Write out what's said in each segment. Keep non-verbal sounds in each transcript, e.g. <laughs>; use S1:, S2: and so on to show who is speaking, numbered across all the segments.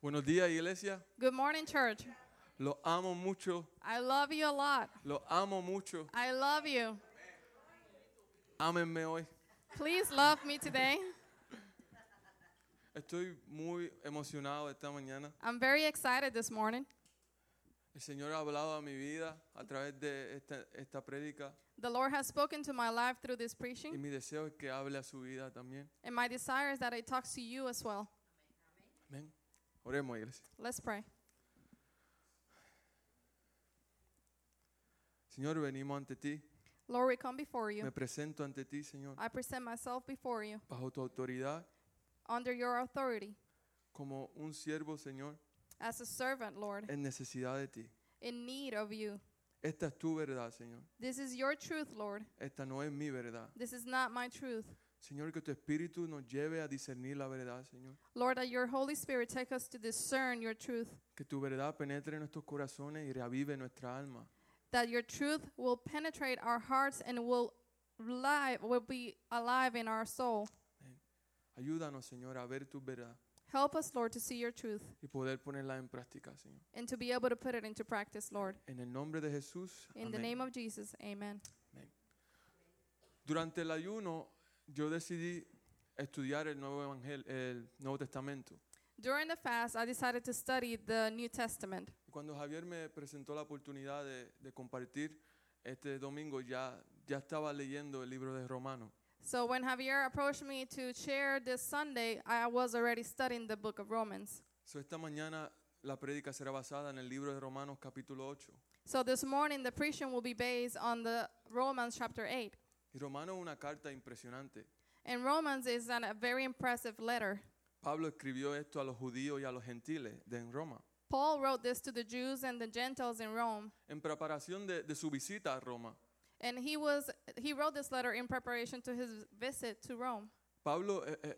S1: Buenos días, iglesia.
S2: Good morning, church.
S1: Los amo mucho.
S2: I love you a lot.
S1: Los amo mucho.
S2: I love you.
S1: Ámenme hoy.
S2: Please love me today.
S1: Estoy muy emocionado esta mañana.
S2: I'm very excited this morning.
S1: El Señor ha hablado a mi vida a través de esta, esta prédica
S2: The Lord has spoken to my life through this
S1: y
S2: preaching,
S1: mi deseo es que hable a su vida también.
S2: and my desire is that it talks to you as well.
S1: Amén. Oremos, iglesia.
S2: Let's pray.
S1: Señor, venimos ante ti.
S2: Lord, we come before you.
S1: Me presento ante ti, Señor,
S2: I present myself before you
S1: bajo tu autoridad
S2: under your authority
S1: como un siervo, Señor,
S2: as a servant, Lord,
S1: en necesidad de ti.
S2: in need of you.
S1: Esta es tu verdad, Señor.
S2: This is your truth, Lord.
S1: Esta no es mi verdad.
S2: This is not my truth.
S1: Señor, que tu espíritu nos lleve a discernir la verdad, Señor.
S2: Lord, that your Holy Spirit take us to discern your truth,
S1: Que tu verdad penetre en nuestros corazones y reavive nuestra alma.
S2: that your truth will penetrate our hearts and will live, will be alive in our soul.
S1: Ayúdanos, Señor, a ver tu verdad
S2: Help us, Lord, to see your truth
S1: y poder ponerla en práctica, Señor.
S2: and to be able to put it into practice, Lord.
S1: En el nombre de Jesús.
S2: In the
S1: amén.
S2: name of Jesus, amen.
S1: Durante el ayuno, yo decidí estudiar el Nuevo Evangel el Nuevo Testamento.
S2: During the fast, I decided to study the New Testament.
S1: Y Cuando Javier me presentó la oportunidad de, de compartir este domingo, ya, ya estaba leyendo el libro de Romanos.
S2: So when Javier approached me to share this Sunday, I was already studying the book of Romans.
S1: So, esta mañana la prédica será basada en el libro de Romanos capítulo 8.
S2: So this morning, the preaching will be based on the Romans chapter 8.
S1: Y Romanos es una carta impresionante.
S2: And Romans is an, a very impressive letter.
S1: Pablo escribió esto a los judíos y a los gentiles de en Roma.
S2: Paul wrote this to the Jews and the Gentiles in Rome,
S1: En preparación de, de su visita a Roma,
S2: and he was he wrote this letter in preparation to his visit to Rome.
S1: Pablo eh, eh,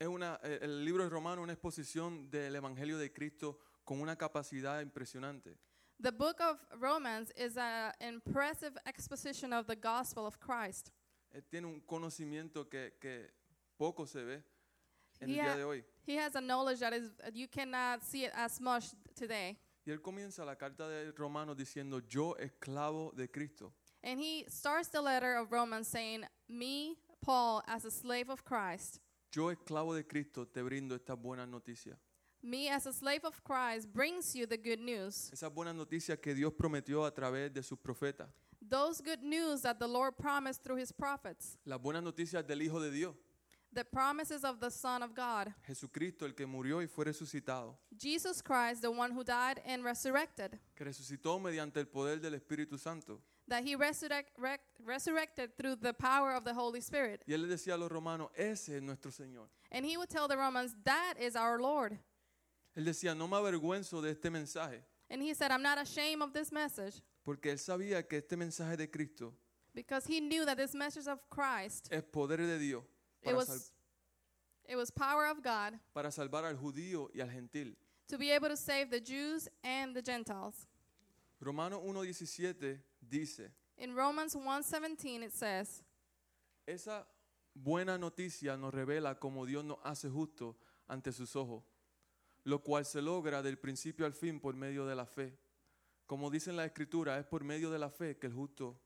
S1: es una, eh, el libro de Romanos es una exposición del Evangelio de Cristo con una capacidad impresionante.
S2: The book of Romans is an impressive exposition of the gospel of Christ.
S1: Él tiene un conocimiento que, que poco se ve en el
S2: Yeah.
S1: día de hoy.
S2: He has a knowledge that is you cannot see it as much today.
S1: Y él comienza la carta de Romanos diciendo, yo esclavo de Cristo.
S2: And he starts the letter of Romans saying, "Me, Paul, as a slave of Christ,
S1: Yo esclavo de Cristo te brindo estas buenas noticias.
S2: me as a slave of Christ brings you the good news.
S1: Esas buenas noticias que Dios prometió a través de sus profetas.
S2: Those good news that the Lord promised through his prophets."
S1: Las buenas noticias del Hijo de Dios,
S2: the promises of the Son of God,
S1: Jesucristo, el que murió y fue resucitado.
S2: Jesus Christ, the one who died and resurrected,
S1: que resucitó mediante el poder del Espíritu Santo.
S2: that he resurrect, rec- resurrected through the power of the Holy Spirit.
S1: Y él le decía a los romanos, ese es nuestro Señor.
S2: And he would tell the Romans, That is our Lord.
S1: Él decía, no me avergüenzo de este mensaje,
S2: And he said, I'm not ashamed of this message
S1: porque él sabía que este mensaje de Cristo
S2: because he knew that this message of Christ,
S1: es poder de Dios
S2: it
S1: para, sal-
S2: was, it was power of God
S1: para salvar al judío y al gentil.
S2: to be able to save the Jews and the Gentiles.
S1: Romanos 1.17 dice,
S2: In Romans 1:17 it says,
S1: esa buena noticia nos revela cómo Dios nos hace justo ante sus ojos, lo cual se logra del principio al fin por medio de la fe. Como dice en la escritura, es por medio de la fe que el justo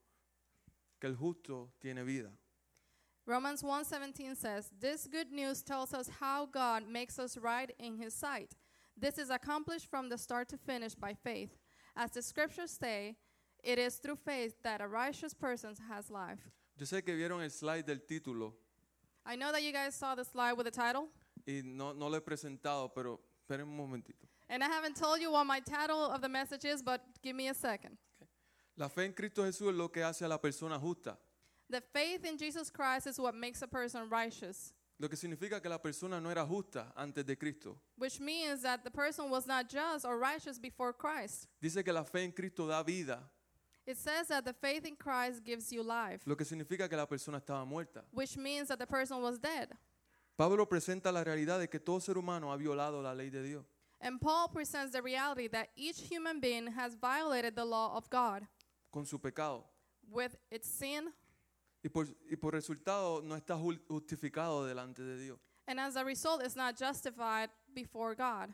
S1: que el justo tiene vida.
S2: Romans 1:17 says, "This good news tells us how God makes us right in his sight. This is accomplished from the start to finish by faith. As the scriptures say, it is through faith that a righteous person has life."
S1: Yo sé que vieron el slide del título
S2: I know that you guys saw the slide with the title,
S1: y no, no lo he presentado, pero esperen un momentito.
S2: and I haven't told you what my title of the message is, but give me a second.
S1: La fe en Cristo Jesús es lo que hace a la persona justa,
S2: The faith in Jesus Christ is what makes a person righteous,
S1: lo que significa que la persona no era justa antes de Cristo.
S2: which means that the person was not just or righteous before Christ.
S1: Dice que la fe en Cristo da vida,
S2: It says that the faith in Christ gives you life.
S1: lo que significa que la persona estaba muerta.
S2: which means that the person was dead.
S1: Pablo presenta la realidad de que todo ser humano ha violado la ley de Dios.
S2: And Paul presents the reality that each human being has violated the law of God
S1: con su pecado
S2: with its sin,
S1: y por, y por resultado no está ju- justificado delante de Dios.
S2: and as a result, is not justified before God.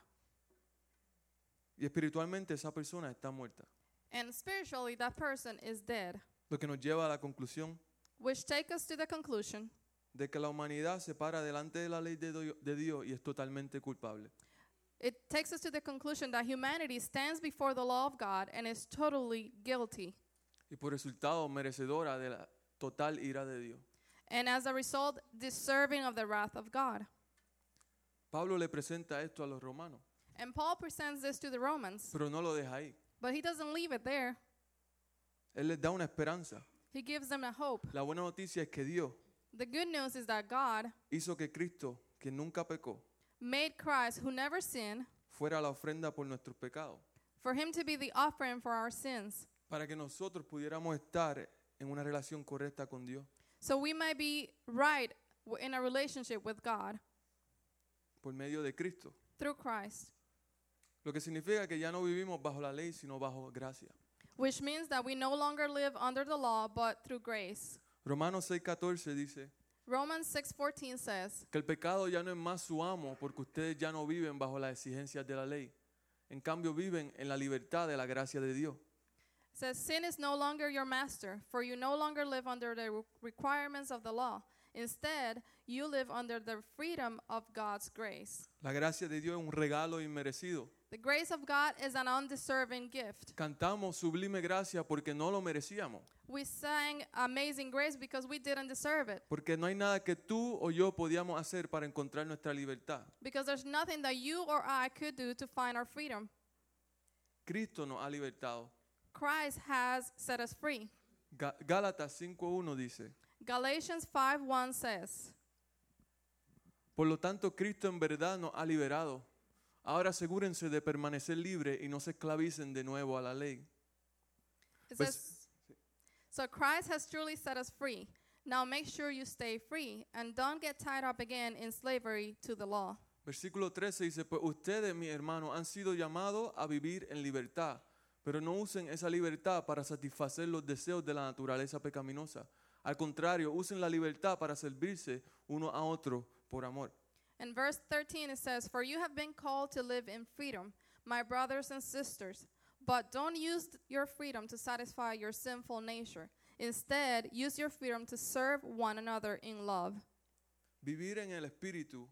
S1: Y espiritualmente esa persona está muerta.
S2: And spiritually, that person is dead,
S1: Lo que nos lleva a la conclusión
S2: which take us to the conclusion
S1: de que la humanidad se para delante de la ley de, do- de Dios y es totalmente culpable.
S2: It takes us to the conclusion that humanity stands before the law of God and is totally guilty,
S1: Y por resultado merecedora de la total ira de Dios.
S2: and as a result, deserving of the wrath of God.
S1: Pablo le presenta esto a los romanos,
S2: And Paul presents this to the Romans,
S1: pero no lo deja ahí.
S2: but he doesn't leave it there.
S1: Él les da una esperanza.
S2: He gives them a hope.
S1: La buena noticia es que Dios
S2: The good news is that God
S1: hizo que Cristo, que nunca pecó,
S2: made Christ, who never sinned,
S1: fuera la ofrenda por nuestros pecados,
S2: for him to be the offering for our sins,
S1: para que nosotros pudiéramos estar en una relación correcta con Dios.
S2: so we might be right w- in a relationship with God
S1: por medio de Cristo.
S2: through Christ,
S1: Lo que significa que ya no vivimos bajo la ley, sino bajo gracia.
S2: which means that we no longer live under the law, but through grace.
S1: Romanos 6:14 dice
S2: Romans 6:14 says,
S1: que el pecado ya no es más su amo porque ustedes ya no viven bajo las exigencias de la ley. En cambio viven en la libertad de la gracia de Dios.
S2: says sin is no longer your master, for you no longer live under the re- requirements of the law. Instead, you live under the freedom of God's grace.
S1: La gracia de Dios es un regalo inmerecido.
S2: The grace of God is an undeserving gift.
S1: Cantamos sublime gracia porque no lo merecíamos.
S2: We sang amazing grace because we didn't deserve it.
S1: Porque no hay nada que tú o yo podíamos hacer para encontrar nuestra libertad.
S2: Because there's nothing that you or I could do to find our freedom.
S1: Cristo nos ha libertado.
S2: Christ has set us free.
S1: Ga- Gálatas 5.1 dice,
S2: Galatians 5:1 says,
S1: Por lo tanto, Cristo en verdad nos ha liberado. Ahora asegúrense de permanecer libres y no se esclavicen de nuevo a la ley.
S2: It
S1: Pues-
S2: says, So Christ has truly set us free. Now make sure you stay free and don't get tied up again in slavery to the law.
S1: Versículo 13 dice, pues ustedes, mis hermanos, han sido llamados a vivir en libertad, pero no usen esa libertad para satisfacer los deseos de la naturaleza pecaminosa. Al contrario, usen la libertad para servirse uno a otro por amor.
S2: In verse 13, it says, For you have been called to live in freedom, my brothers and sisters, but don't use th- your freedom to satisfy your sinful nature. Instead, use your freedom to serve one another in love.
S1: Vivir en el Espíritu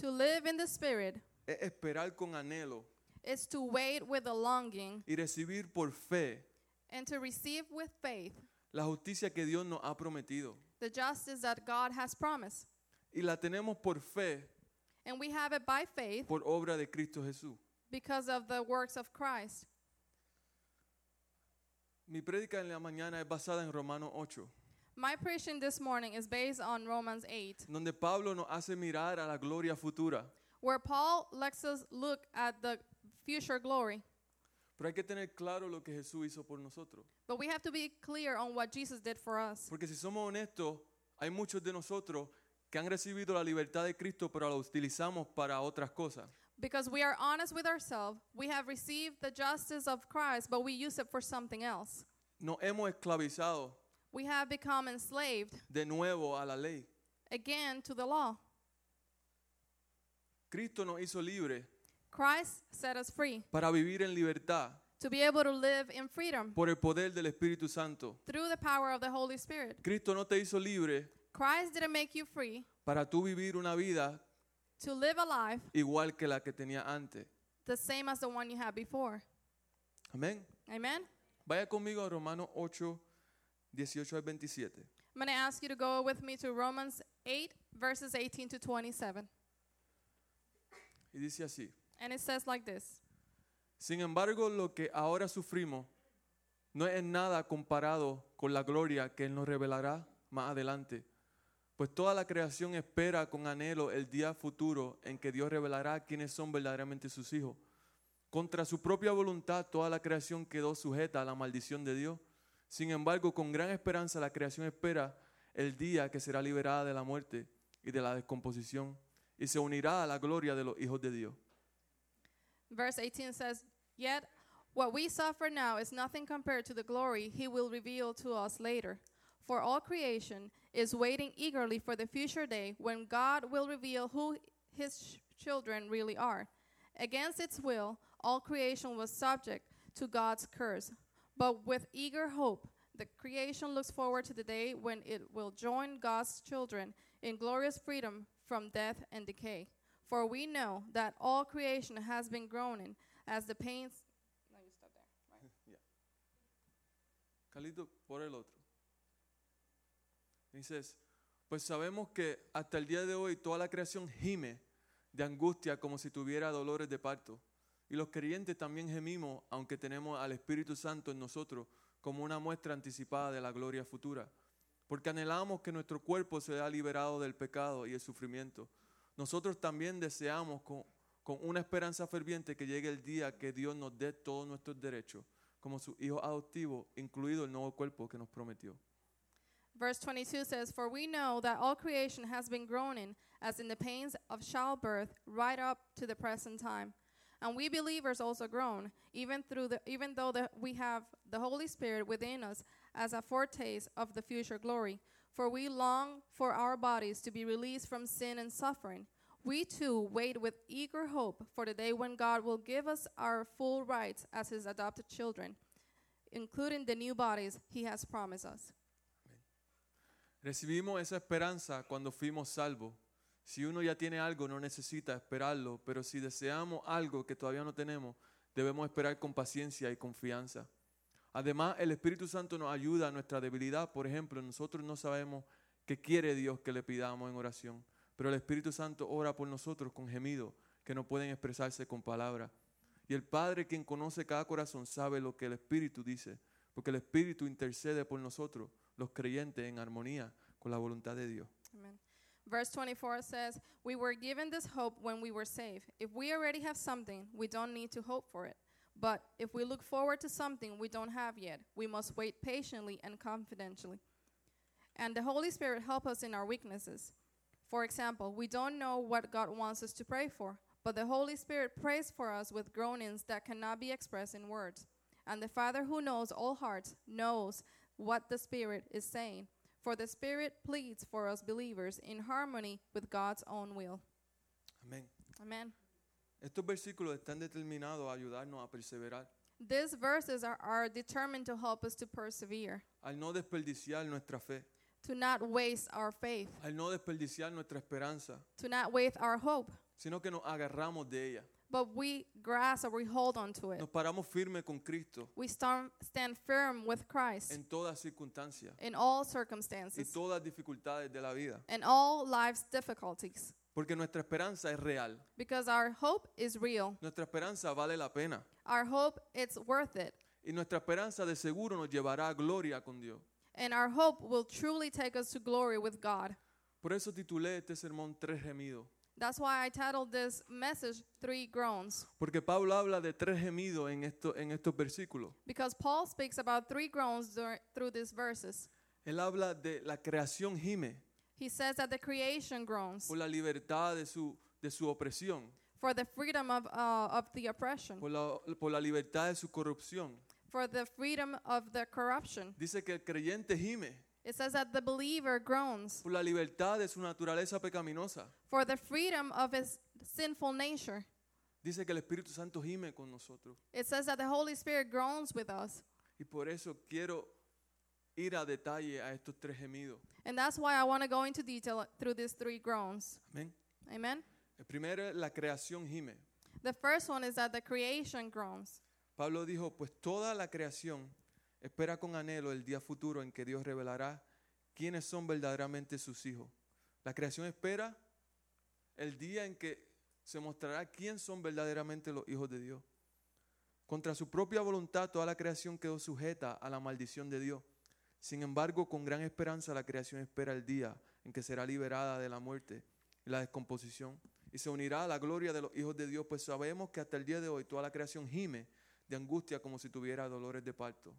S2: To live in the Spirit
S1: es esperar con anhelo
S2: is to wait with a longing
S1: y recibir por fe
S2: and to receive with faith
S1: la justicia que Dios nos ha prometido.
S2: the justice that God has promised.
S1: Y la tenemos por fe
S2: And we have it by faith
S1: por obra de Cristo Jesús.
S2: because of the works of Christ.
S1: Mi prédica en la mañana es basada en Romanos 8,
S2: My preaching this morning is based on Romans 8,
S1: donde Pablo nos hace mirar a la gloria futura.
S2: where Paul lets us look at the future glory.
S1: Pero hay que tener claro lo que Jesús hizo por nosotros.
S2: But we have to be clear on what Jesus did for us.
S1: Porque si somos honestos, hay muchos de nosotros que han recibido la libertad de Cristo, pero la utilizamos para otras cosas.
S2: Because we are honest with ourselves, we have received the justice of Christ, but we use it for something else.
S1: Nos hemos esclavizado
S2: We have become enslaved
S1: de nuevo a la ley.
S2: again to the law.
S1: Cristo nos hizo libres
S2: Christ set us free
S1: para vivir en libertad
S2: to be able to live in freedom
S1: por el poder del Espíritu Santo.
S2: through the power of the Holy Spirit.
S1: Cristo no te hizo libre
S2: Christ didn't make you free
S1: para tú vivir una vida
S2: to live a life
S1: igual que la que tenía antes.
S2: the same as the one you had before.
S1: Amén.
S2: Amen?
S1: Vaya conmigo a Romanos 8, 18 al 27.
S2: I'm going to ask you to go with me to Romans 8, verses 18 to 27.
S1: Y dice así.
S2: And it says like this
S1: Sin embargo, lo que ahora sufrimos no es nada comparado con la gloria que Él nos revelará más adelante. Pues toda la creación espera con anhelo el día futuro en que Dios revelará quiénes son verdaderamente sus hijos. Contra su propia voluntad, toda la creación quedó sujeta a la maldición de Dios. Sin embargo, con gran esperanza la creación espera el día que será liberada de la muerte y de la descomposición y se unirá a la gloria de los hijos de Dios.
S2: Verse 18 says, Yet what we suffer now is nothing compared to the glory he will reveal to us later. For all creation is waiting eagerly for the future day when God will reveal who his ch- children really are. Against its will, all creation was subject to God's curse. But with eager hope, the creation looks forward to the day when it will join God's children in glorious freedom from death and decay. For we know that all creation has been groaning as the pains. No, you stop there. Right.
S1: Calito, por el otro. Dices, pues sabemos que hasta el día de hoy toda la creación gime de angustia como si tuviera dolores de parto. Y los creyentes también gemimos, aunque tenemos al Espíritu Santo en nosotros, como una muestra anticipada de la gloria futura. Porque anhelamos que nuestro cuerpo sea liberado del pecado y el sufrimiento. Nosotros también deseamos con, con una esperanza ferviente que llegue el día que Dios nos dé todos nuestros derechos, como su hijo adoptivo, incluido el nuevo cuerpo que nos prometió.
S2: Verse 22 says, For we know that all creation has been groaning, as in the pains of childbirth, right up to the present time. And we believers also groan, even through the, even though the, we have the Holy Spirit within us as a foretaste of the future glory. For we long for our bodies to be released from sin and suffering. We too wait with eager hope for the day when God will give us our full rights as His adopted children, including the new bodies He has promised us.
S1: Recibimos esa esperanza cuando fuimos salvos. Si uno ya tiene algo, no necesita esperarlo, pero si deseamos algo que todavía no tenemos, debemos esperar con paciencia y confianza. Además, el Espíritu Santo nos ayuda a nuestra debilidad. Por ejemplo, nosotros no sabemos qué quiere Dios que le pidamos en oración, pero el Espíritu Santo ora por nosotros con gemidos que no pueden expresarse con palabras. Y el Padre, quien conoce cada corazón, sabe lo que el Espíritu dice, porque el Espíritu intercede por nosotros, los creyentes, en armonía con la voluntad de Dios.
S2: Amen. Verse 24 says, We were given this hope when we were saved. If we already have something, we don't need to hope for it. But if we look forward to something we don't have yet, we must wait patiently and confidently. And the Holy Spirit help us in our weaknesses. For example, we don't know what God wants us to pray for, but the Holy Spirit prays for us with groanings that cannot be expressed in words. And the Father who knows all hearts knows what the Spirit is saying, for the Spirit pleads for us believers in harmony with God's own will.
S1: Amén.
S2: Amen.
S1: Estos versículos están determinados a ayudarnos a perseverar,
S2: These verses are, are determined to help us to persevere,
S1: al no desperdiciar nuestra fe,
S2: to not waste our faith,
S1: al no desperdiciar nuestra esperanza,
S2: to not waste our hope,
S1: sino que nos agarramos de ella.
S2: but we grasp or we hold on to it.
S1: Nos paramos firmes con Cristo
S2: We stand, stand firm with Christ
S1: en todas circunstancias
S2: in all
S1: y
S2: circumstances,
S1: todas dificultades de la vida,
S2: in all life's difficulties,
S1: porque nuestra esperanza es real,
S2: because our hope is real.
S1: nuestra esperanza vale la pena
S2: Our hope, it's worth it.
S1: y nuestra esperanza de seguro nos llevará a gloria con Dios.
S2: And our hope will truly take us to glory with God.
S1: Por eso titulé este sermón Tres gemidos,
S2: That's why I titled this message Three Groans,
S1: porque Pablo habla de tres gemidos en, esto, en estos versículos.
S2: because Paul speaks about three groans dur- through these verses.
S1: Él habla de la creación gime
S2: He says that the creation groans
S1: por la libertad de su, de su opresión,
S2: for the freedom of, uh, of the oppression,
S1: por la, por la libertad de su corrupción.
S2: for the freedom of the corruption.
S1: Dice que el creyente gime
S2: It says that the believer groans
S1: por la libertad de su naturaleza pecaminosa.
S2: for the freedom of his sinful nature.
S1: Dice que el Espíritu Santo gime con nosotros.
S2: It says that the Holy Spirit groans with us.
S1: Y por eso quiero ir a detalle a estos tres gemidos.
S2: And that's why I want to go into detail through these three groans.
S1: Amén.
S2: Amen.
S1: El primero es la creación gime.
S2: The first one is that the creation groans.
S1: Pablo dijo, pues toda la creación espera con anhelo el día futuro en que Dios revelará quiénes son verdaderamente sus hijos. La creación espera el día en que se mostrará quién son verdaderamente los hijos de Dios. Contra su propia voluntad, toda la creación quedó sujeta a la maldición de Dios. Sin embargo, con gran esperanza la creación espera el día en que será liberada de la muerte y la descomposición y se unirá a la gloria de los hijos de Dios, pues sabemos que hasta el día de hoy toda la creación gime de angustia como si tuviera dolores de parto.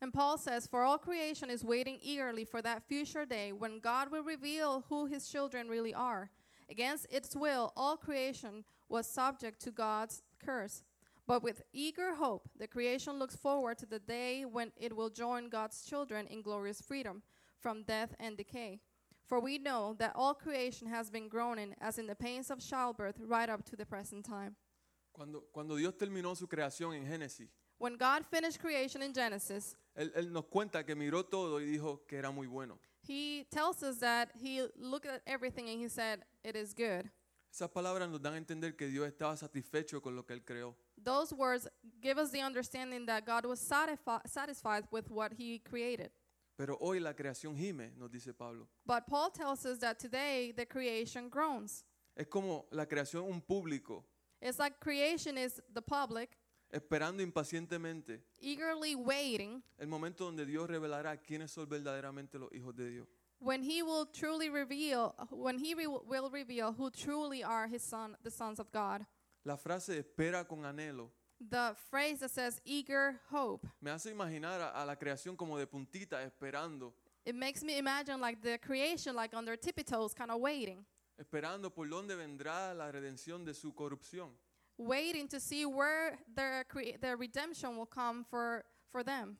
S2: And Paul says, For all creation is waiting eagerly for that future day when God will reveal who his children really are. Against its will, all creation was subject to God's curse. But with eager hope, the creation looks forward to the day when it will join God's children in glorious freedom from death and decay. For we know that all creation has been groaning as in the pains of childbirth right up to the present time.
S1: Cuando, cuando Dios terminó su creación en Génesis,
S2: When God finished creation in Genesis,
S1: él, él nos cuenta que miró todo y dijo que era muy bueno.
S2: he tells us that he looked at everything and he said, It is good.
S1: Esas palabras nos dan a entender que Dios estaba satisfecho con lo que Él creó.
S2: Those words give us the understanding that God was satisfi- satisfied with what he created.
S1: Pero hoy la creación gime, nos dice Pablo.
S2: But Paul tells us that today the creation groans.
S1: Es como la creación un público,
S2: It's like creation is the public
S1: esperando impacientemente
S2: eagerly waiting
S1: el momento donde Dios revelará quiénes son verdaderamente los hijos de Dios.
S2: when he will truly reveal when he re- will reveal who truly are his son the sons of God.
S1: La frase espera con anhelo
S2: The phrase that says eager hope
S1: me hace imaginar a, a la creación como de puntita, esperando,
S2: it makes me imagine like the creation like on their tippy toes kind of waiting
S1: esperando por dónde vendrá la redención de su corrupción.
S2: waiting to see where their crea- their redemption will come for for them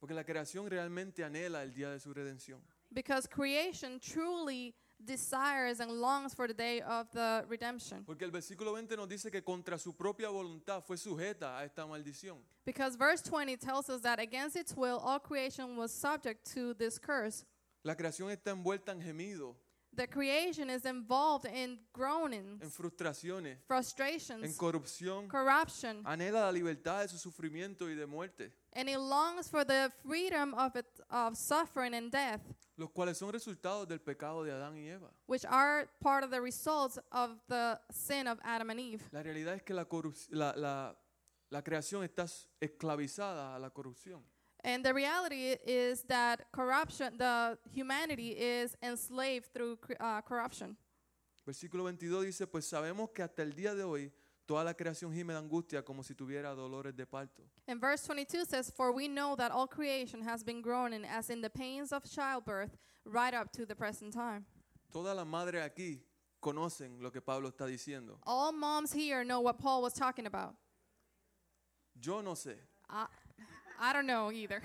S1: Porque la creación realmente anhela el día de su redención.
S2: because creation truly desires and longs for the day of the redemption
S1: Porque el versículo 20 nos dice que contra su propia voluntad fue sujeta a esta maldición.
S2: because verse 20 tells us that against its will all creation was subject to this curse
S1: La creación está envuelta en gemidos,
S2: the creation is involved in groanings
S1: en frustraciones, en
S2: frustrations
S1: corrupción.
S2: corruption
S1: Anhela la libertad de su sufrimiento y de muerte,
S2: and it longs for the freedom of it of suffering and death
S1: los cuales son resultados del pecado de Adán y Eva.
S2: which are part of the results of the sin of Adam and Eve.
S1: La realidad es que la, corrup- la, la- la creación está s- esclavizada a la corrupción.
S2: And the reality is that corruption, the humanity is enslaved through cr- uh, corruption.
S1: Versículo 22 dice, pues sabemos que hasta el día de hoy toda la creación gime de angustia como si tuviera dolores de parto.
S2: And verse 22 says, For we know that all creation has been groaning as in the pains of childbirth right up to the present time.
S1: Todas las madres aquí conocen lo que Pablo está diciendo.
S2: All moms here know what Paul was talking about.
S1: Yo no sé.
S2: I, I don't know either.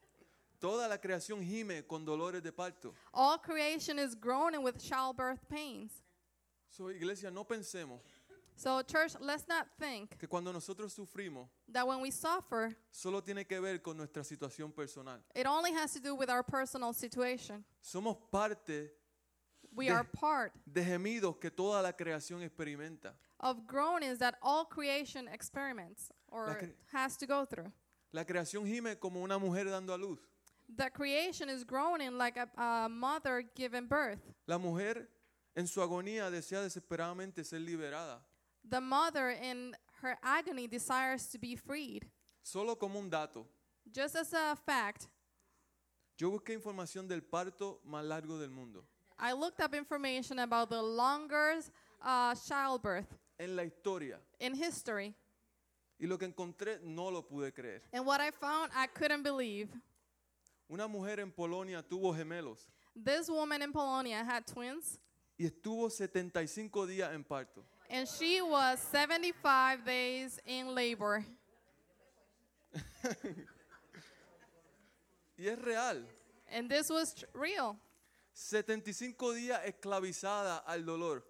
S2: <laughs>
S1: Toda la creación gime con dolores de parto.
S2: all creation is groaning with childbirth pains.
S1: So, iglesia, no pensemos
S2: So, church, let's not think
S1: que cuando nosotros sufrimos
S2: that when we suffer,
S1: solo tiene que ver con nuestra situación personal.
S2: It only has to do with our personal situation.
S1: Somos parte
S2: We
S1: Yeah.
S2: are part
S1: de gemidos que toda la creación experimenta.
S2: of groanings that all creation experiments or
S1: cre-
S2: has to go through.
S1: La creación gime como una mujer dando a luz.
S2: The creation is groaning like a, a mother giving birth.
S1: La mujer en su agonía desea desesperadamente ser liberada.
S2: The mother in her agony desires to be freed.
S1: Solo como un dato,
S2: Just as a fact,
S1: yo busqué información del parto más largo del mundo.
S2: I looked up information about the longest uh, childbirth
S1: En la historia.
S2: in history,
S1: Y lo que encontré no lo pude creer.
S2: and what I found I couldn't believe.
S1: Una mujer en Polonia tuvo gemelos
S2: This woman in Polonia had twins.
S1: y estuvo 75 días en parto.
S2: And she was 75 days in labor.
S1: Y es real.
S2: And this was tr- real.
S1: 75 días esclavizada al dolor.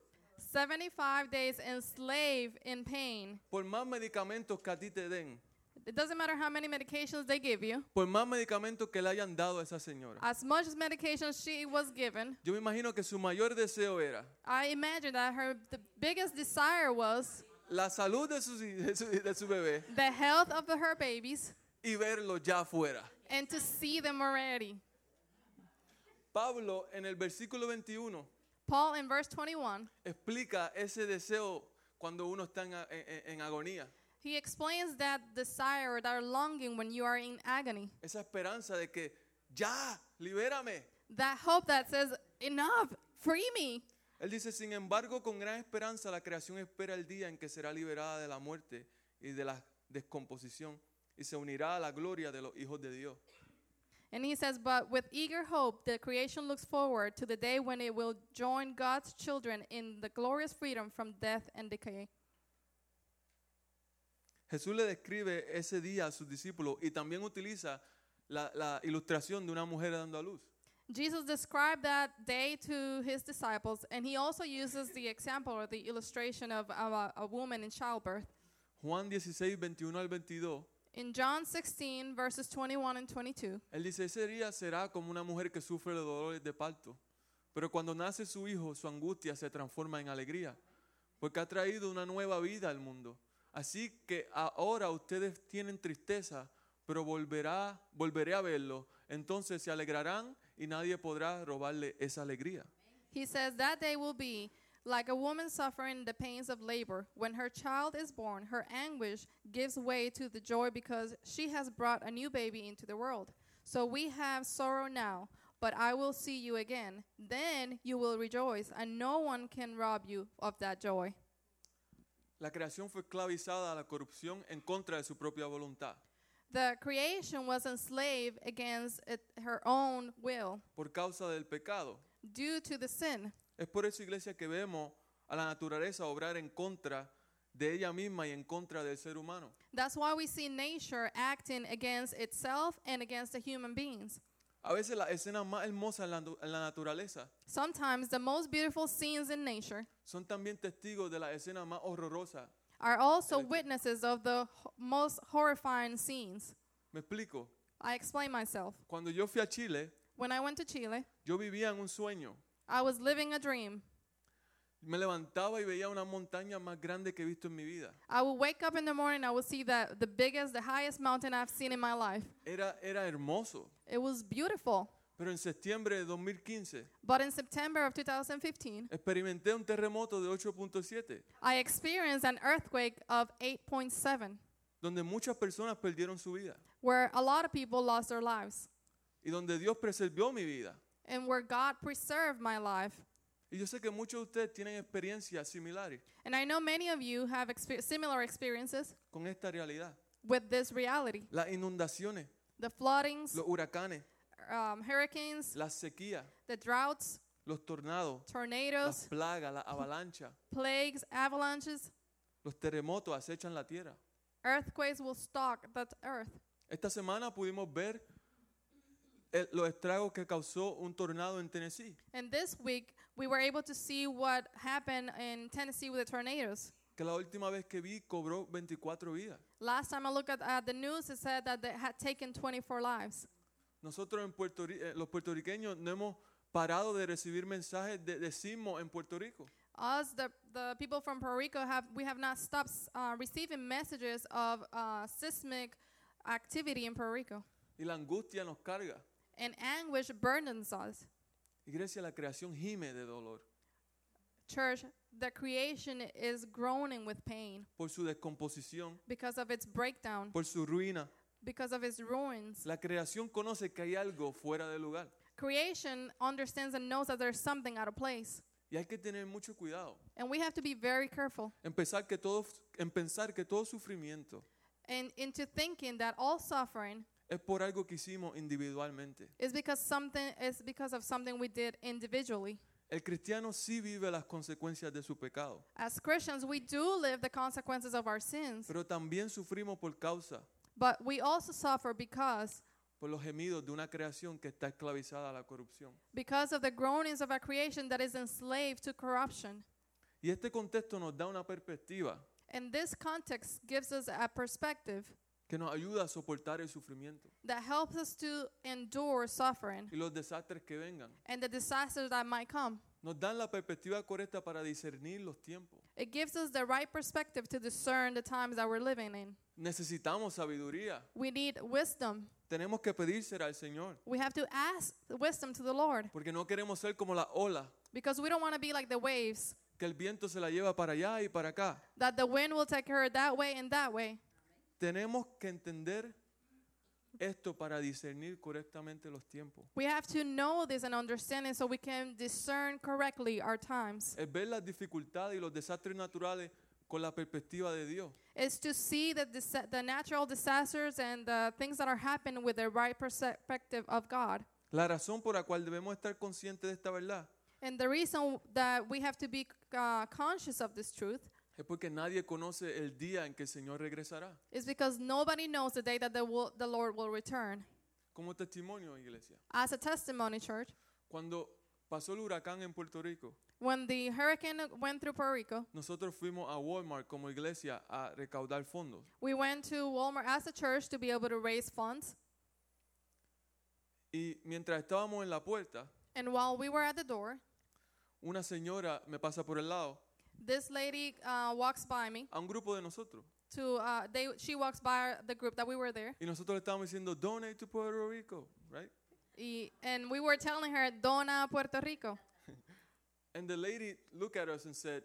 S2: 75 days enslaved in pain.
S1: Por más medicamentos que a ti te den,
S2: It doesn't matter how many medications they give you,
S1: por más medicamentos que le hayan dado a esa señora.
S2: as much as medication she was given,
S1: Yo me imagino que su mayor deseo era
S2: I imagine that her the biggest desire was
S1: la salud de su, <laughs> de su, de su bebé
S2: the health of her babies
S1: y verlo ya afuera.
S2: and to see them already.
S1: Pablo en el versículo 21
S2: Paul in verse 21,
S1: explica ese deseo cuando uno está en, a- en- en agonía,
S2: he explains that desire, or that longing when you are in agony,
S1: esa esperanza de que ya, libérame.
S2: that hope that says, Enough, free me.
S1: Él dice, sin embargo, con gran esperanza la creación espera el día en que será liberada de la muerte y de la descomposición y se unirá a la gloria de los hijos de Dios.
S2: And he says, But with eager hope, the creation looks forward to the day when it will join God's children in the glorious freedom from death and decay.
S1: Jesús le describe ese día a sus discípulos y también utiliza la, la ilustración de una mujer dando a luz.
S2: Jesus described that day to his disciples, and he also uses the example or the illustration of, of a, a woman in childbirth.
S1: Juan 16, 21 al 22,
S2: In John 16, verses 21 and 22,
S1: él dice, ese día será como una mujer que sufre los dolores de parto, pero cuando nace su hijo, su angustia se transforma en alegría, porque ha traído una nueva vida al mundo. Así que ahora ustedes tienen tristeza, pero volverá, volveré a verlo. Entonces se alegrarán y nadie podrá robarle esa alegría.
S2: he says, That day will be like a woman suffering the pains of labor. When her child is born, her anguish gives way to the joy because she has brought a new baby into the world. So we have sorrow now, but I will see you again. Then you will rejoice, and no one can rob you of that joy.
S1: La creación fue esclavizada a la corrupción en contra de su propia voluntad.
S2: The creation was enslaved against it, her own will
S1: por causa del pecado.
S2: due to the sin.
S1: Es por eso, iglesia, que vemos a la naturaleza obrar en contra de ella misma y en contra del ser humano.
S2: That's why we see nature acting against itself and against the human beings.
S1: A veces las escenas más hermosas en la, natu- en la naturaleza
S2: Sometimes the most beautiful scenes in nature
S1: son también testigos de las escenas más horrorosas.
S2: are also
S1: Electric.
S2: witnesses of the ho- most horrifying scenes.
S1: Me explico.
S2: I explain myself.
S1: Cuando yo fui a Chile,
S2: When I went to Chile,
S1: yo vivía en un sueño.
S2: I was living a dream.
S1: Me levantaba y veía una montaña más grande que he visto en mi vida.
S2: I would wake up in the morning, I would see that the biggest, the highest mountain I've seen in my life.
S1: Era, era hermoso.
S2: It was beautiful.
S1: Pero en septiembre de 2015
S2: But in September of 2015,
S1: experimenté un terremoto de 8.7,
S2: I experienced an earthquake of 8.7,
S1: donde muchas personas perdieron su vida.
S2: where a lot of people lost their lives,
S1: y donde Dios preservó mi vida.
S2: and where God preserved my life.
S1: Y yo sé que muchos de ustedes tienen experiencias similares
S2: And I know many of you have exper- similar experiences
S1: con esta realidad.
S2: with this reality
S1: Las inundaciones,
S2: the floodings,
S1: los huracanes,
S2: um, hurricanes,
S1: las sequías,
S2: the droughts,
S1: los tornados, las
S2: tornadoes,
S1: plagas, las avalanchas,
S2: plagues, avalanches,
S1: los terremotos acechan la tierra.
S2: earthquakes will stalk the earth.
S1: Esta semana pudimos ver el- los estragos que causó un tornado en Tennessee,
S2: And this week, we were able to see what happened in Tennessee with the tornadoes.
S1: que la última vez que vi cobró 24 vidas.
S2: Last time I looked at uh, the news, it said that they had taken 24 lives.
S1: Nosotros en Puerto Ri- eh, los puertorriqueños no hemos parado de recibir mensajes de, de sismo en Puerto Rico.
S2: Us, the, the people from Puerto Rico, have we have not stopped uh, receiving messages of uh, seismic activity in Puerto Rico,
S1: Y la angustia nos carga.
S2: and anguish burdens us.
S1: Iglesia, la creación gime de dolor
S2: Church, the creation is groaning with pain
S1: por su descomposición,
S2: because of its breakdown,
S1: por su ruina.
S2: because of its ruins.
S1: La creación conoce que hay algo fuera de lugar
S2: Creation understands and knows that there's something out of place,
S1: y hay que tener mucho cuidado
S2: and we have to be very careful
S1: en pensar que todo, en pensar que todo sufrimiento
S2: and into thinking that all suffering
S1: es por algo que hicimos individualmente.
S2: is because something is because of something we did individually.
S1: El cristiano sí vive las consecuencias de su pecado,
S2: As Christians, we do live the consequences of our sins,
S1: pero también sufrimos por causa,
S2: but we also suffer because
S1: por los gemidos de una creación que está esclavizada a la corrupción.
S2: because of the groanings of our creation that is enslaved to corruption.
S1: Y este contexto nos da una perspectiva
S2: And this context gives us a perspective
S1: que nos ayuda a soportar el sufrimiento
S2: that helps us to endure suffering
S1: y los desastres que vengan.
S2: and the disasters that might come.
S1: Nos dan la perspectiva correcta para discernir los tiempos.
S2: It gives us the right perspective to discern the times that we're living in.
S1: Necesitamos sabiduría.
S2: We need wisdom.
S1: Tenemos que pedírsela al Señor.
S2: We have to ask wisdom to the Lord
S1: Porque no queremos ser como la ola,
S2: because we don't want to be like the waves
S1: que el viento se la lleva para allá y para acá.
S2: that the wind will take her that way and that way.
S1: Tenemos que entender esto para discernir correctamente los tiempos.
S2: We have to know this and understand it so we can discern correctly our times.
S1: Es ver las dificultades y los desastres naturales con la perspectiva de Dios.
S2: It's to see the, disa- the natural disasters and the things that are happening with the right perspective of God.
S1: La razón por la cual debemos estar conscientes de esta verdad
S2: And the reason that we have to be uh, conscious of this truth
S1: es porque nadie conoce el día en que el Señor regresará.
S2: is because nobody knows the day that the, wo- the Lord will return.
S1: Como testimonio, iglesia.
S2: As a testimony, church,
S1: Cuando Pasó el huracán en Puerto Rico.
S2: When the hurricane went through Puerto Rico,
S1: Nosotros fuimos a Walmart como iglesia a recaudar fondos.
S2: we went to Walmart as a church to be able to raise funds.
S1: Y mientras estábamos en la puerta,
S2: And while we were at the door,
S1: una señora me pasa por el lado
S2: this lady uh, walks by me.
S1: a un grupo de nosotros.
S2: To uh, they, she walks by our, the group that we were there,
S1: Y nosotros le estábamos diciendo, donate to Puerto Rico, right?
S2: Y- and we were telling her Dona Puerto Rico.
S1: And the lady looked at us and said,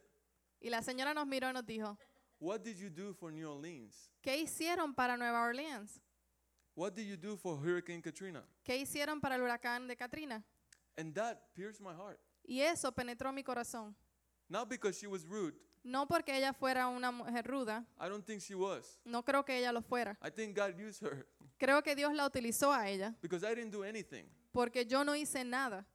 S2: Y la señora nos miró y nos dijo,
S1: what did you do for New Orleans?
S2: ¿qué hicieron para Nueva Orleans?
S1: What did you do for Hurricane Katrina?
S2: ¿Qué hicieron para el huracán de Katrina?
S1: And that pierced my heart.
S2: Y eso penetró mi corazón.
S1: Not because she was rude.
S2: No porque ella fuera una mujer ruda,
S1: I don't think she was.
S2: no creo que ella lo fuera.
S1: I think God used her
S2: Creo que Dios la utilizó a ella,
S1: because I didn't do anything.
S2: porque yo no hice nada.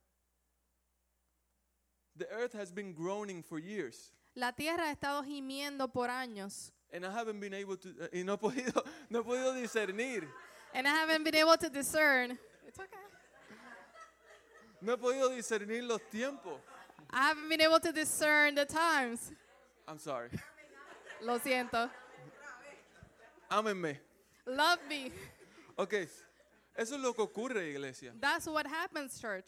S1: The earth has been groaning for years,
S2: La tierra ha estado gimiendo por años.
S1: and I haven't been able to. eh, y no he <laughs> podido, no he podido discernir.
S2: And I haven't been able to discern. It's okay.
S1: No he podido discernir los tiempos.
S2: I haven't been able to discern the times.
S1: I'm sorry.
S2: Lo siento.
S1: Ámenme.
S2: Love me.
S1: Ok. Eso es lo que ocurre, iglesia.
S2: That's what happens, church.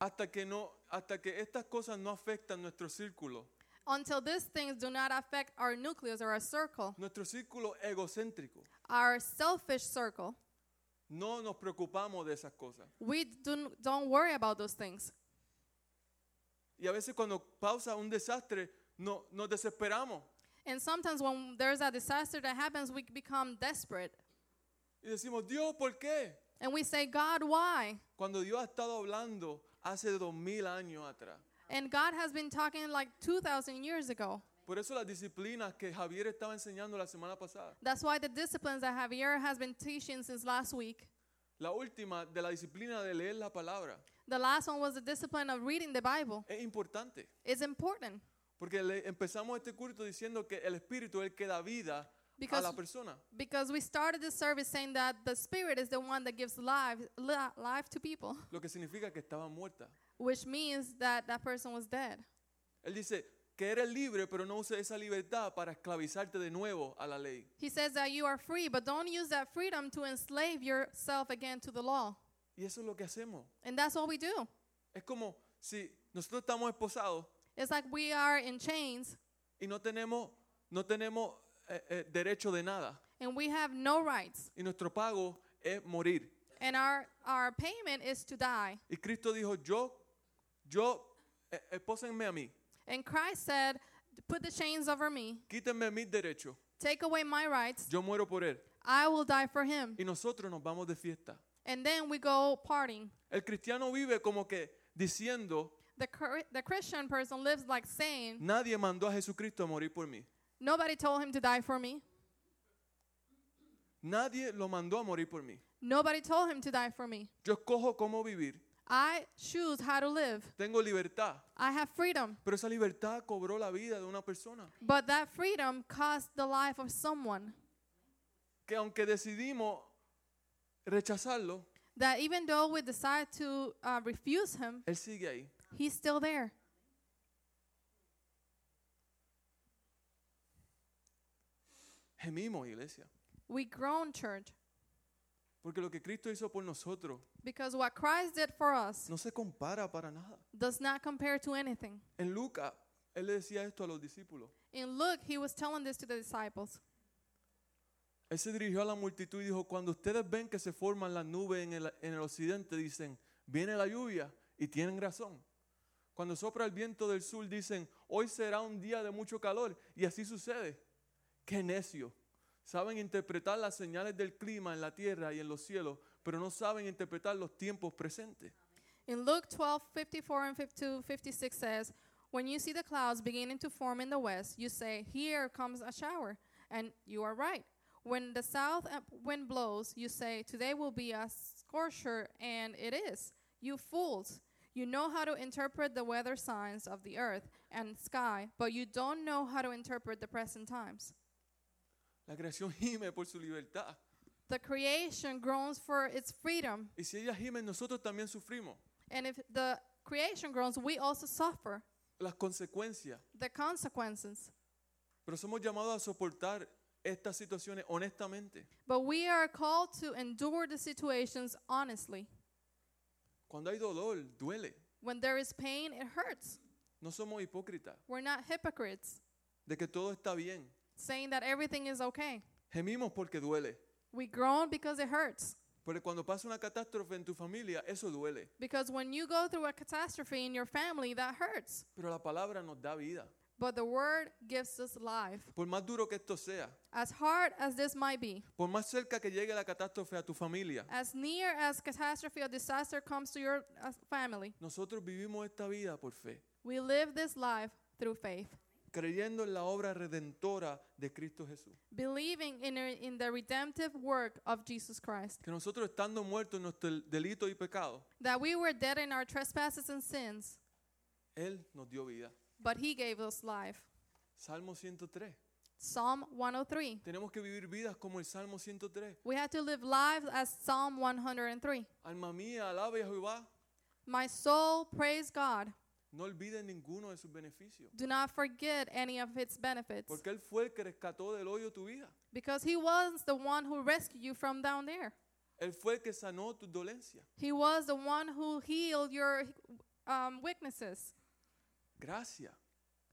S1: Hasta que no, hasta que estas cosas no afectan nuestro círculo,
S2: Until these things do not affect our nucleus or our circle,
S1: nuestro círculo egocéntrico.
S2: our selfish circle,
S1: No nos preocupamos de esas cosas.
S2: we don't, don't worry about those things.
S1: Y a veces cuando pausa un desastre, no, nos desesperamos
S2: And sometimes when there's a disaster that happens, we become desperate.
S1: y decimos, Dios, ¿por qué?
S2: And we say, God, why?
S1: Cuando Dios ha estado hablando hace dos mil años atrás.
S2: And God has been talking like 2,000 years ago.
S1: Por eso las disciplinas que Javier estaba enseñando la semana pasada.
S2: That's why the disciplines that Javier has been teaching since last week.
S1: La última de la disciplina de leer la palabra
S2: The last one was the discipline of reading the Bible.
S1: es importante.
S2: It's important
S1: Porque le- empezamos este culto diciendo que el Espíritu es el que da vida a
S2: Because-
S1: la persona.
S2: because we started the service saying that the Spirit is the one that gives life, li- life to people,
S1: Lo que significa que estaba muerta.
S2: which means that that person was dead.
S1: Él dice que eres libre, pero no uses esa libertad para esclavizarte de nuevo a la ley.
S2: He says that you are free, but don't use that freedom to enslave yourself again to the law.
S1: Y eso es lo que hacemos.
S2: And that's what we do.
S1: Es como si nosotros estamos esposados
S2: It's like we are in chains
S1: y no tenemos, no tenemos eh, eh, derecho de nada.
S2: and we have no rights.
S1: Y nuestro pago es morir.
S2: And our, our payment is to die.
S1: Y Cristo dijo, yo, yo, eh, espósenme a mí,
S2: And Christ said, Put the chains over me,
S1: quítenme mis derechos,
S2: take away my rights,
S1: yo muero por él.
S2: I will die for him.
S1: Y nosotros nos vamos de fiesta.
S2: And then we go partying.
S1: El cristiano vive como que diciendo,
S2: The, cr- the Christian person lives like saying,
S1: nadie mandó a Jesucristo a morir por mí.
S2: Nobody told him to die for me.
S1: Nadie lo mandó a morir por mí.
S2: Nobody told him to die for me.
S1: Yo escojo cómo vivir.
S2: I choose how to live.
S1: Tengo libertad.
S2: I have freedom.
S1: Pero esa libertad cobró la vida de una persona.
S2: But that freedom cost the life of someone.
S1: que aunque decidimos rechazarlo,
S2: That even though we decide to uh, refuse him,
S1: Él sigue ahí.
S2: he's still there.
S1: Gemimos, iglesia.
S2: We groan, church,
S1: Porque lo que Cristo hizo por nosotros
S2: because what Christ did for us
S1: no se compara para nada.
S2: does not compare to anything.
S1: En Lucas, Él le decía esto a los discípulos.
S2: In Luke, he was telling this to the disciples.
S1: Él se dirigió a la multitud y dijo, cuando ustedes ven que se forman las nubes en el, en el occidente, dicen, viene la lluvia y tienen razón. Cuando sopra el viento del sur, dicen, hoy será un día de mucho calor. Y así sucede. Qué necio. Saben interpretar las señales del clima en la tierra y en los cielos, pero no saben interpretar los tiempos presentes.
S2: In Luke 12, 54 and 52, 56 says, When you see the clouds beginning to form in the west, you say, Here comes a shower. And you are right. When the south up wind blows, you say, Today will be a scorcher, and it is. You fools! You know how to interpret the weather signs of the earth and sky, but you don't know how to interpret the present times.
S1: La creación gime por su libertad.
S2: The creation groans for its freedom,
S1: Y si ella gime, nosotros también sufrimos.
S2: And if the creation groans, we also suffer
S1: las consecuencias.
S2: the consequences.
S1: Pero somos llamados a soportar estas situaciones honestamente.
S2: But we are called to endure the situations honestly.
S1: Cuando hay dolor, duele.
S2: When there is pain, it hurts.
S1: No somos hipócritas
S2: We're not hypocrites
S1: de que todo está bien.
S2: saying that everything is okay.
S1: Gemimos porque duele.
S2: We groan because it hurts.
S1: Pero cuando pasa una catástrofe en tu familia, eso duele.
S2: Because when you go through a catastrophe in your family, that hurts.
S1: Pero la palabra nos da vida.
S2: But the word gives us life.
S1: Por más duro que esto sea,
S2: As hard as this might be,
S1: por más cerca que llegue la catástrofe a tu familia,
S2: as near as catastrophe or disaster comes to your uh, family,
S1: nosotros vivimos esta vida por fe,
S2: we live this life through faith,
S1: creyendo en la obra redentora de Cristo Jesús.
S2: believing in, a- in the redemptive work of Jesus Christ.
S1: Que nosotros estando muertos en nuestro delito y pecado,
S2: That we were dead in our trespasses and sins,
S1: Él nos dio vida.
S2: but He gave us life.
S1: Salmo 103.
S2: Psalm 103.
S1: Tenemos que vivir vidas como el Salmo 103.
S2: We have to live lives as Psalm 103.
S1: Alma mía, alabe a Jehová.
S2: My soul, praise God.
S1: No olvides ninguno de sus beneficios.
S2: Do not forget any of its benefits.
S1: Porque Él fue el que rescató del hoyo tu vida.
S2: Because he was the one who rescued you from down there.
S1: Él fue el que sanó tus dolencias.
S2: He was the one who healed your um, weaknesses.
S1: Gracia,